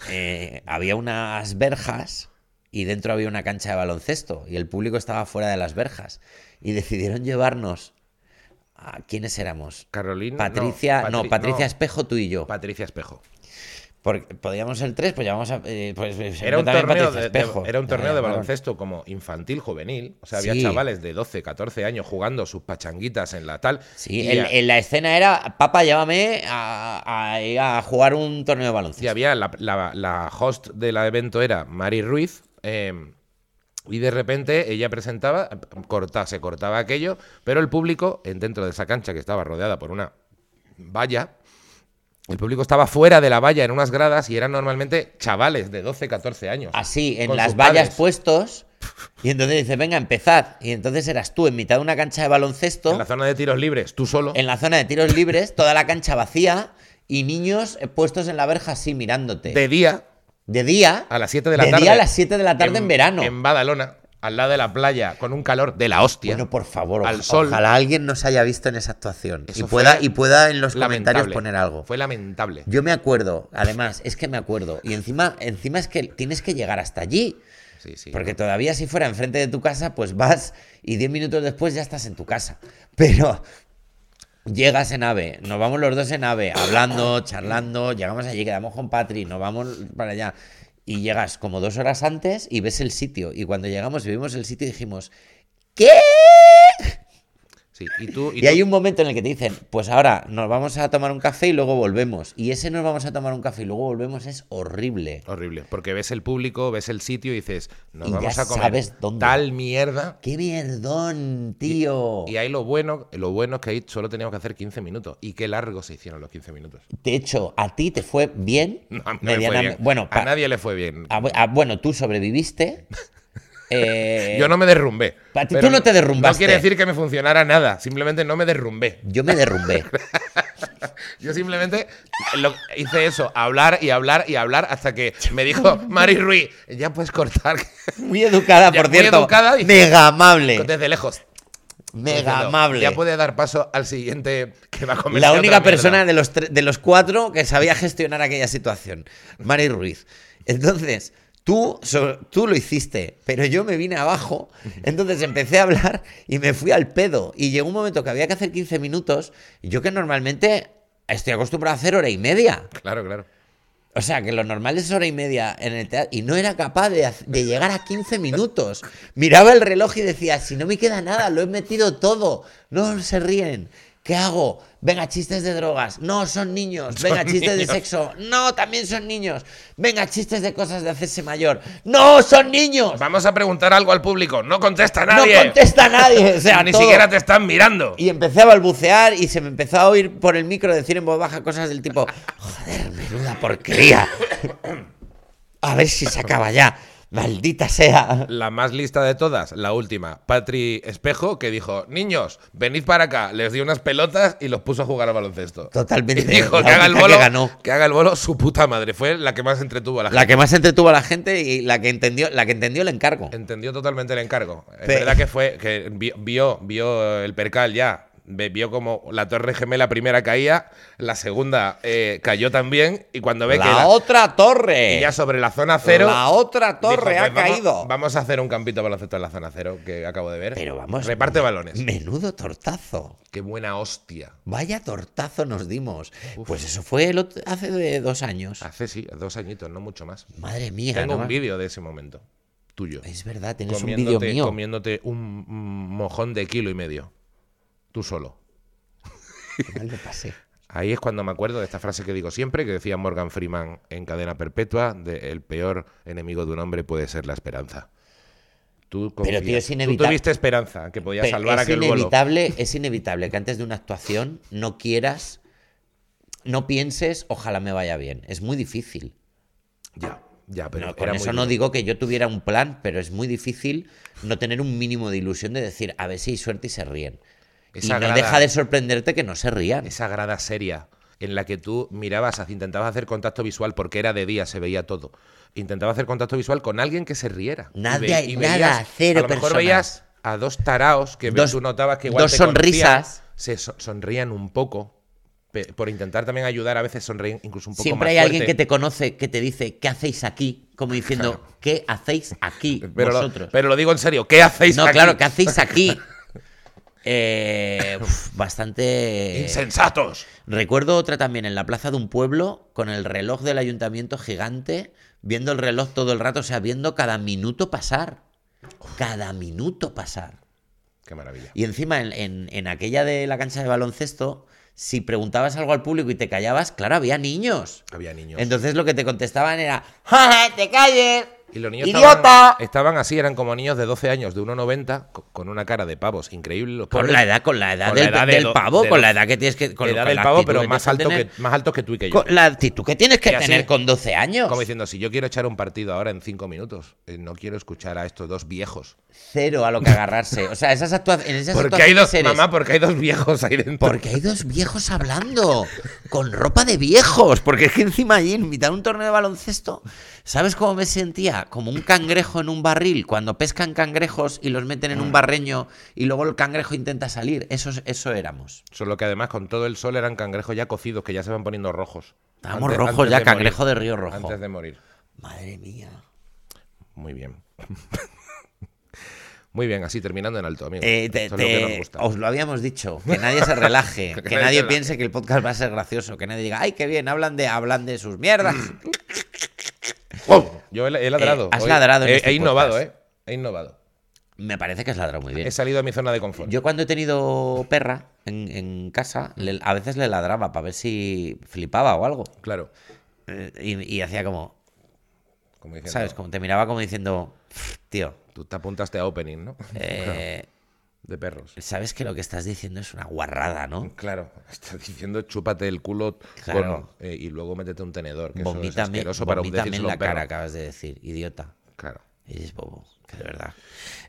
S2: eh, había unas verjas y dentro había una cancha de baloncesto y el público estaba fuera de las verjas y decidieron llevarnos a quiénes éramos
S1: Carolina.
S2: Patricia no,
S1: Patri-
S2: Patricia
S1: no,
S2: Espejo tú y yo
S1: Patricia Espejo.
S2: porque podíamos ser tres pues llamamos a eh, pues, eh, se
S1: Era un,
S2: metió también
S1: torneo
S2: Patricia
S1: de, de-
S2: Espejo.
S1: era un
S2: La
S1: torneo de
S2: llamaron.
S1: baloncesto como infantil, juvenil. O sea, había
S2: Sí.
S1: chavales de 12, 14 años jugando sus pachanguitas en la tal.
S2: sí
S1: y
S2: el-
S1: a-
S2: en la escena era papá llévame a, a- a jugar un torneo de
S1: Y
S2: baloncesto
S1: había la, la- la host del evento era Mari Ruiz. eh, y de repente ella presentaba, corta, se cortaba aquello, pero el público, en- dentro de esa cancha que estaba rodeada por una valla, el público estaba fuera de la valla en unas gradas y eran normalmente chavales de 12, 14 años.
S2: así en
S1: con
S2: las
S1: sus
S2: vallas
S1: padres,
S2: puestos y entonces dice venga empezad y entonces eras tú en mitad de una cancha de baloncesto
S1: En la zona de tiros libres, tú solo.
S2: en la zona de tiros libres, toda la cancha vacía y niños eh, puestos en la verja así mirándote.
S1: De día,
S2: De día
S1: a las 7 de la tarde.
S2: día a las 7 de la tarde en, verano.
S1: En Badalona, al lado de la playa, con un calor de la hostia.
S2: bueno, por favor,
S1: al
S2: oja-
S1: sol.
S2: ojalá alguien nos haya visto en esa actuación y
S1: Eso
S2: pueda,
S1: fue
S2: y pueda en los
S1: lamentable.
S2: comentarios poner algo.
S1: Fue lamentable.
S2: Yo me acuerdo, además, es que me acuerdo. Y encima, encima es que tienes que llegar hasta allí.
S1: Sí, sí.
S2: Porque todavía si fuera enfrente de tu casa, pues vas y 10 minutos después ya estás en tu casa. Pero llegas en AVE, nos vamos los dos en AVE, hablando, charlando, llegamos allí, quedamos con Patri, nos vamos para allá. Y llegas como dos horas antes y ves el sitio. Y cuando llegamos y vimos el sitio dijimos, ¿qué?
S1: Sí, Y tú, y
S2: Y
S1: tú-
S2: hay un momento en el que te dicen, pues ahora nos vamos a tomar un café y luego volvemos. Y ese nos vamos a tomar un café y luego volvemos es horrible.
S1: Horrible, porque ves el público, ves el sitio y dices, nos
S2: Y ya
S1: vamos a comer
S2: sabes dónde.
S1: tal mierda.
S2: ¡Qué mierdón, tío!
S1: Y ahí lo bueno, lo bueno es que ahí solo teníamos que hacer 15 minutos. Y qué largos se hicieron los 15 minutos.
S2: De hecho, a ti te fue bien.
S1: No, a mí no me fue
S2: medianamente-
S1: bien.
S2: Bueno, pa-
S1: a nadie le fue bien.
S2: a- a- bueno, tú sobreviviste. Eh,
S1: yo no me derrumbé.
S2: Pa- tú
S1: pero
S2: no te derrumbaste.
S1: No quiere decir que me funcionara nada, simplemente no me derrumbé.
S2: yo me derrumbé.
S1: Yo simplemente lo- hice eso, hablar y hablar y hablar hasta que me dijo Mari Ruiz, ya puedes cortar.
S2: Muy educada,
S1: Ya,
S2: por
S1: muy
S2: cierto.
S1: educada y-
S2: Mega amable.
S1: Desde lejos.
S2: Mega
S1: Diciendo,
S2: amable.
S1: Pues Ya puede dar paso al siguiente que va a comer.
S2: La única persona de los, tre- de los cuatro que sabía gestionar aquella situación. Mari Ruiz. Entonces, tú, so- tú lo hiciste, pero yo me vine abajo. Entonces empecé a hablar y me fui al pedo. Y llegó un momento que había que hacer 15 minutos. Y yo que normalmente estoy acostumbrado a hacer hora y media.
S1: Claro, claro.
S2: O sea, que lo normal es hora y media en el teatro. Y no era capaz de, hac- de llegar a 15 minutos. Miraba el reloj y decía, si no me queda nada, lo he metido todo. No se ríen. ¿Qué hago? Venga, chistes de drogas. No, son niños. Venga, chistes de sexo. No, también son niños. Venga, chistes de cosas de hacerse mayor. No, son niños.
S1: Pues Vamos a preguntar algo al público. No contesta nadie.
S2: No contesta nadie. O sea,
S1: Ni
S2: todo.
S1: siquiera te están mirando.
S2: Y empecé a balbucear y se me empezó a oír por el micro decir en voz baja cosas del tipo, joder, menuda porquería. A ver si se acaba ya. Maldita sea.
S1: La más lista de todas, la última, Patri Espejo, que dijo, niños, venid para acá. Les dio unas pelotas y los puso a jugar al baloncesto.
S2: Totalmente.
S1: Y dijo
S2: la
S1: que haga el
S2: única
S1: bolo.
S2: que ganó.
S1: que haga el bolo su puta madre. Fue la que más entretuvo a la,
S2: La que más entretuvo a la gente y la que entendió, la que entendió el encargo.
S1: gente. Entendió totalmente el encargo. Es
S2: Pe-
S1: verdad que fue, que vi- vio, vio el percal ya. Ve- Vio como la torre gemela primera caía, la segunda eh, cayó también, y cuando ve que
S2: La
S1: la-
S2: otra torre.
S1: y ya sobre la zona cero.
S2: la otra
S1: dijo,
S2: torre ha
S1: "Pues vamos-
S2: caído.
S1: Vamos a hacer un campito de baloncesto en la zona cero, que acabo de ver.
S2: Pero vamos.
S1: Reparte balones.
S2: Menudo tortazo.
S1: Qué buena hostia.
S2: Vaya tortazo nos dimos. Pues eso fue el ot- hace de dos años.
S1: Hace sí, dos añitos, no mucho más.
S2: Madre mía.
S1: Ah. Tengo
S2: no
S1: un
S2: más-
S1: vídeo de ese momento. Tuyo.
S2: Es verdad, tienes un vídeo
S1: Comiéndote,
S2: mío.
S1: comiéndote un un mojón de kilo y medio. Tú solo.
S2: Mal lo pasé.
S1: Ahí es cuando me acuerdo de esta frase que digo siempre, que decía Morgan Freeman en Cadena Perpetua, de el peor enemigo de un hombre puede ser la esperanza. Tú, confías-
S2: tío, es
S1: Tú
S2: inevitable.
S1: tuviste esperanza, que podías
S2: Pero
S1: salvar
S2: es
S1: aquel vuelo.
S2: inevitable, Es inevitable que antes de una actuación no quieras, no pienses, ojalá me vaya bien. Es muy difícil.
S1: Ya, ya, pero
S2: No,
S1: era
S2: con
S1: muy
S2: eso no
S1: duro.
S2: digo que yo tuviera un plan, pero es muy difícil no tener un mínimo de ilusión de decir, a ver si hay suerte y se ríen. y
S1: Esa
S2: no
S1: grada-
S2: deja de sorprenderte que no se rían.
S1: esa grada seria en la que tú mirabas, hacia- intentabas hacer contacto visual porque era de día, se veía todo. Intentaba hacer contacto visual con alguien que se riera. Y
S2: Nadie-
S1: ve- y
S2: nada,
S1: veías-
S2: cero
S1: A lo mejor
S2: personas.
S1: veías a dos taraos que ve-
S2: Dos-
S1: tú notabas que igual
S2: dos
S1: te conocían,
S2: sonrisas.
S1: se so- sonrían un poco. pe- Por intentar también ayudar, a veces sonríen incluso un poco
S2: Siempre
S1: más
S2: hay alguien que
S1: fuerte.
S2: te conoce que te dice, ¿qué hacéis aquí? Como diciendo, ¿qué hacéis aquí
S1: pero
S2: vosotros?
S1: lo, pero lo digo en serio, ¿qué hacéis
S2: no,
S1: aquí?
S2: claro, ¿qué hacéis aquí? Eh, uf, bastante...
S1: ¡Insensatos!
S2: Recuerdo otra también en la plaza de un pueblo con el reloj del ayuntamiento gigante, viendo el reloj todo el rato, o sea, viendo cada minuto pasar. Cada minuto pasar.
S1: ¡Qué maravilla!
S2: Y encima en, en- en aquella de la cancha de baloncesto, si preguntabas algo al público y te callabas, claro, había niños.
S1: Había niños.
S2: Entonces lo que te contestaban era, ¡Ja, ja, te calles!
S1: Y los niños
S2: ¡Idiota!
S1: Estaban, estaban así, eran como niños de 12 años, de 1,90, co- con una cara de pavos, increíble. Los
S2: Con
S1: pavos.
S2: la edad, con la edad
S1: Con
S2: del,
S1: la edad de
S2: del
S1: do-
S2: pavo,
S1: de
S2: con
S1: do-
S2: la edad que tienes que... Con,
S1: edad
S2: con
S1: del
S2: la
S1: pavo,
S2: actitud
S1: pero
S2: que
S1: más
S2: tienes
S1: alto,
S2: tener,
S1: que, más alto que tú y que yo.
S2: con la actitud que tienes que
S1: Y así-
S2: tener con 12 años.
S1: Como diciendo, si yo quiero echar un partido ahora en cinco minutos, eh, no quiero escuchar a estos dos viejos.
S2: cero a lo que agarrarse. O sea, esas actua- en esas
S1: Porque hay
S2: actuaciones
S1: dos,
S2: eres-
S1: mamá, porque hay dos viejos ahí dentro.
S2: porque hay dos viejos hablando con ropa de viejos. Porque es que encima allí en mitad de un torneo de baloncesto, ¿sabes cómo me sentía? Como un cangrejo en un barril cuando pescan cangrejos y los meten en
S1: Ah.
S2: un barreño y luego el cangrejo intenta salir. Eso, eso éramos.
S1: Solo que además con todo el sol eran cangrejos ya cocidos, que ya se van poniendo rojos.
S2: Estábamos
S1: Antes-
S2: rojos
S1: antes
S2: ya,
S1: de
S2: cangrejo
S1: morir.
S2: de río rojo.
S1: Antes de morir.
S2: Madre mía.
S1: Muy bien. Muy bien, así terminando en alto, amigo.
S2: Eh, te-
S1: Esto es lo que
S2: te-
S1: nos gusta.
S2: os lo habíamos dicho, que nadie se relaje, que
S1: nadie se
S2: nadie
S1: relaje.
S2: piense que el podcast va a ser gracioso, que nadie diga, ay, qué bien, hablan de, hablan de sus mierdas.
S1: Yo he, he ladrado.
S2: Eh, has
S1: hoy.
S2: ladrado en
S1: He,
S2: este
S1: he innovado,
S2: podcast.
S1: ¿eh? He innovado.
S2: Me parece que has ladrado muy bien.
S1: He salido de mi zona de confort.
S2: Yo cuando he tenido perra en, en casa, le- a veces le ladraba para ver si flipaba o algo.
S1: Claro.
S2: Eh, Y, y hacía como,
S1: Como diciendo,
S2: ¿sabes? Como te miraba como diciendo, "Pff, tío,
S1: Tú te apuntaste a opening, ¿no?
S2: eh,
S1: De perros.
S2: sabes que lo que estás diciendo es una guarrada, ¿no?
S1: Claro, estás diciendo chúpate el culo
S2: Claro.
S1: con- eh, y luego métete un tenedor. Que eso es
S2: Vomítame,
S1: asqueroso para un
S2: vomítame en
S1: decírselo a
S2: la
S1: un perro.
S2: cara, acabas de decir, idiota.
S1: Claro.
S2: Eres bobo, que de verdad.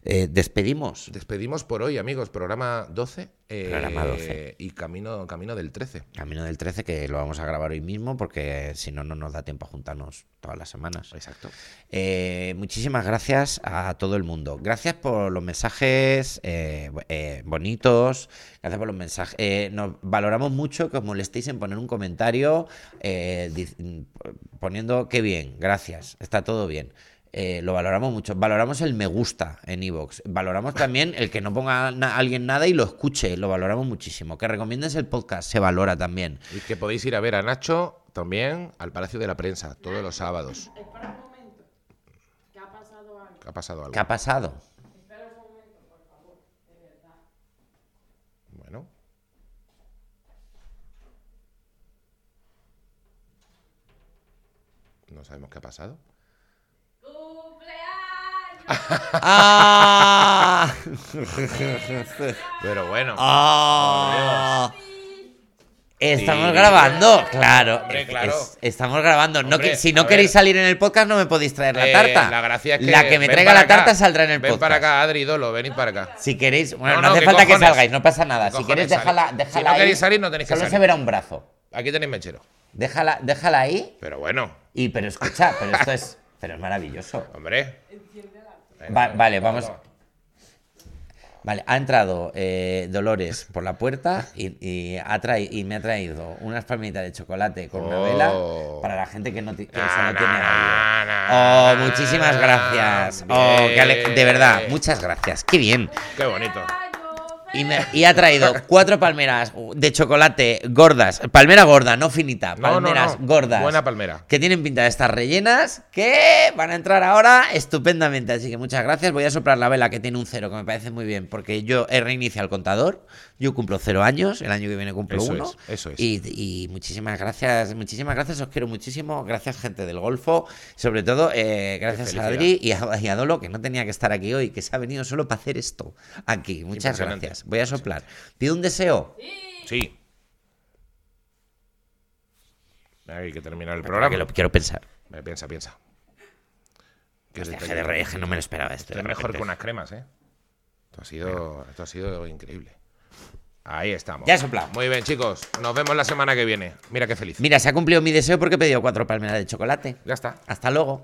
S2: Eh, despedimos.
S1: Despedimos por hoy, amigos. Programa 12. eh,
S2: Programa 12.
S1: Y camino, camino del 13.
S2: Camino del 13, que lo vamos a grabar hoy mismo, porque si no, no nos da tiempo a juntarnos todas las semanas.
S1: Exacto.
S2: Eh, muchísimas gracias a todo el mundo. Gracias por los mensajes eh, bu- eh, bonitos. Gracias por los mensajes. Eh, nos valoramos mucho que os molestéis en poner un comentario eh, dic- mm, poniendo qué bien, gracias, está todo bien. Eh, lo valoramos mucho. Valoramos el me gusta en Evox. Valoramos también el que no ponga na- alguien nada y lo escuche. Lo valoramos muchísimo. Que recomiendes el podcast. Se valora también.
S1: Y que podéis ir a ver a Nacho también al Palacio de la Prensa, todos los sábados.
S3: Espera un momento. ¿Qué ha pasado algo?
S1: Ha pasado algo.
S2: ¿Qué ha pasado?
S3: Espera un momento, por favor. De verdad.
S1: Bueno. No sabemos qué ha pasado.
S3: ¡Cumpleaños!
S2: ¡Ah!
S1: Pero bueno.
S2: ¡Ah! Estamos
S1: Sí.
S2: grabando, claro.
S1: Hombre,
S2: Es-
S1: claro.
S2: es- estamos grabando. No
S1: Hombre,
S2: que- si no
S1: a
S2: queréis
S1: ver.
S2: salir en el podcast, no me podéis traer la
S1: eh,
S2: tarta.
S1: la gracia es que.
S2: La que me
S1: ven
S2: traiga la
S1: para acá.
S2: tarta saldrá en el
S1: Ven
S2: podcast.
S1: para acá, Adri, Dolo, venid para acá.
S2: Si queréis, bueno,
S1: No,
S2: no,
S1: no,
S2: hace
S1: ¿qué
S2: falta que
S1: cojones?
S2: salgáis, no pasa nada.
S1: ¿Qué
S2: Si queréis,
S1: cojones?
S2: déjala,
S1: Si
S2: déjala
S1: no
S2: ahí.
S1: queréis salir, no tenéis que
S2: Solo se
S1: salir.
S2: verá un brazo.
S1: Aquí tenéis mechero.
S2: Déjala, déjala ahí.
S1: Pero bueno,
S2: Y, pero escucha, pero esto es, pero es maravilloso.
S1: hombre.
S2: Va- vale, vamos. Vale, ha entrado eh, Dolores por la puerta y, y ha trai- y me ha traído unas palmitas de chocolate con una
S1: Oh. Ah.
S2: vela para la gente que no, ti- que eso
S1: Na,
S2: no tiene
S1: na,
S2: audio.
S1: na,
S2: Oh, muchísimas
S1: na,
S2: gracias. Oh, qué ale- de verdad,
S1: bien.
S2: muchas gracias. Qué bien.
S1: Qué bonito.
S2: Y, me- y ha traído cuatro palmeras de chocolate gordas. Palmera gorda, no finita.
S1: No, no, no.
S2: Palmeras gordas.
S1: Buena palmera.
S2: Que tienen pinta de estar rellenas, que van a entrar ahora estupendamente. Así que muchas gracias. Voy a soplar la vela que tiene un cero, que me parece muy bien, porque yo he reiniciado el contador. Yo cumplo cero años, el año que viene cumplo
S1: Eso
S2: uno.
S1: es, eso es.
S2: Y, y muchísimas gracias, muchísimas gracias, os quiero muchísimo. Gracias, gente del Golfo. Sobre todo, eh, gracias a
S1: felicidad.
S2: Adri y a, y a Dolo, que no tenía que estar aquí hoy, que se ha venido solo para hacer esto. Aquí, muchas
S1: Impresionante.
S2: gracias. Voy a soplar. Pido un deseo.
S1: Sí. Hay que terminar el
S2: Que lo
S1: programa.
S2: quiero pensar.
S1: Eh, Piensa, piensa. Que
S2: Hostia,
S1: se te-
S2: que de re- es que no me lo esperaba
S1: Esto
S2: esto.
S1: es
S2: de
S1: mejor
S2: repente.
S1: que unas cremas, ¿eh? Esto ha sido, esto ha sido increíble. Ahí estamos.
S2: Ya he soplado.
S1: Muy bien, chicos. Nos vemos la semana que viene. Mira qué feliz.
S2: Mira, se ha cumplido mi deseo porque he pedido cuatro palmeras de chocolate.
S1: Ya está.
S2: Hasta luego.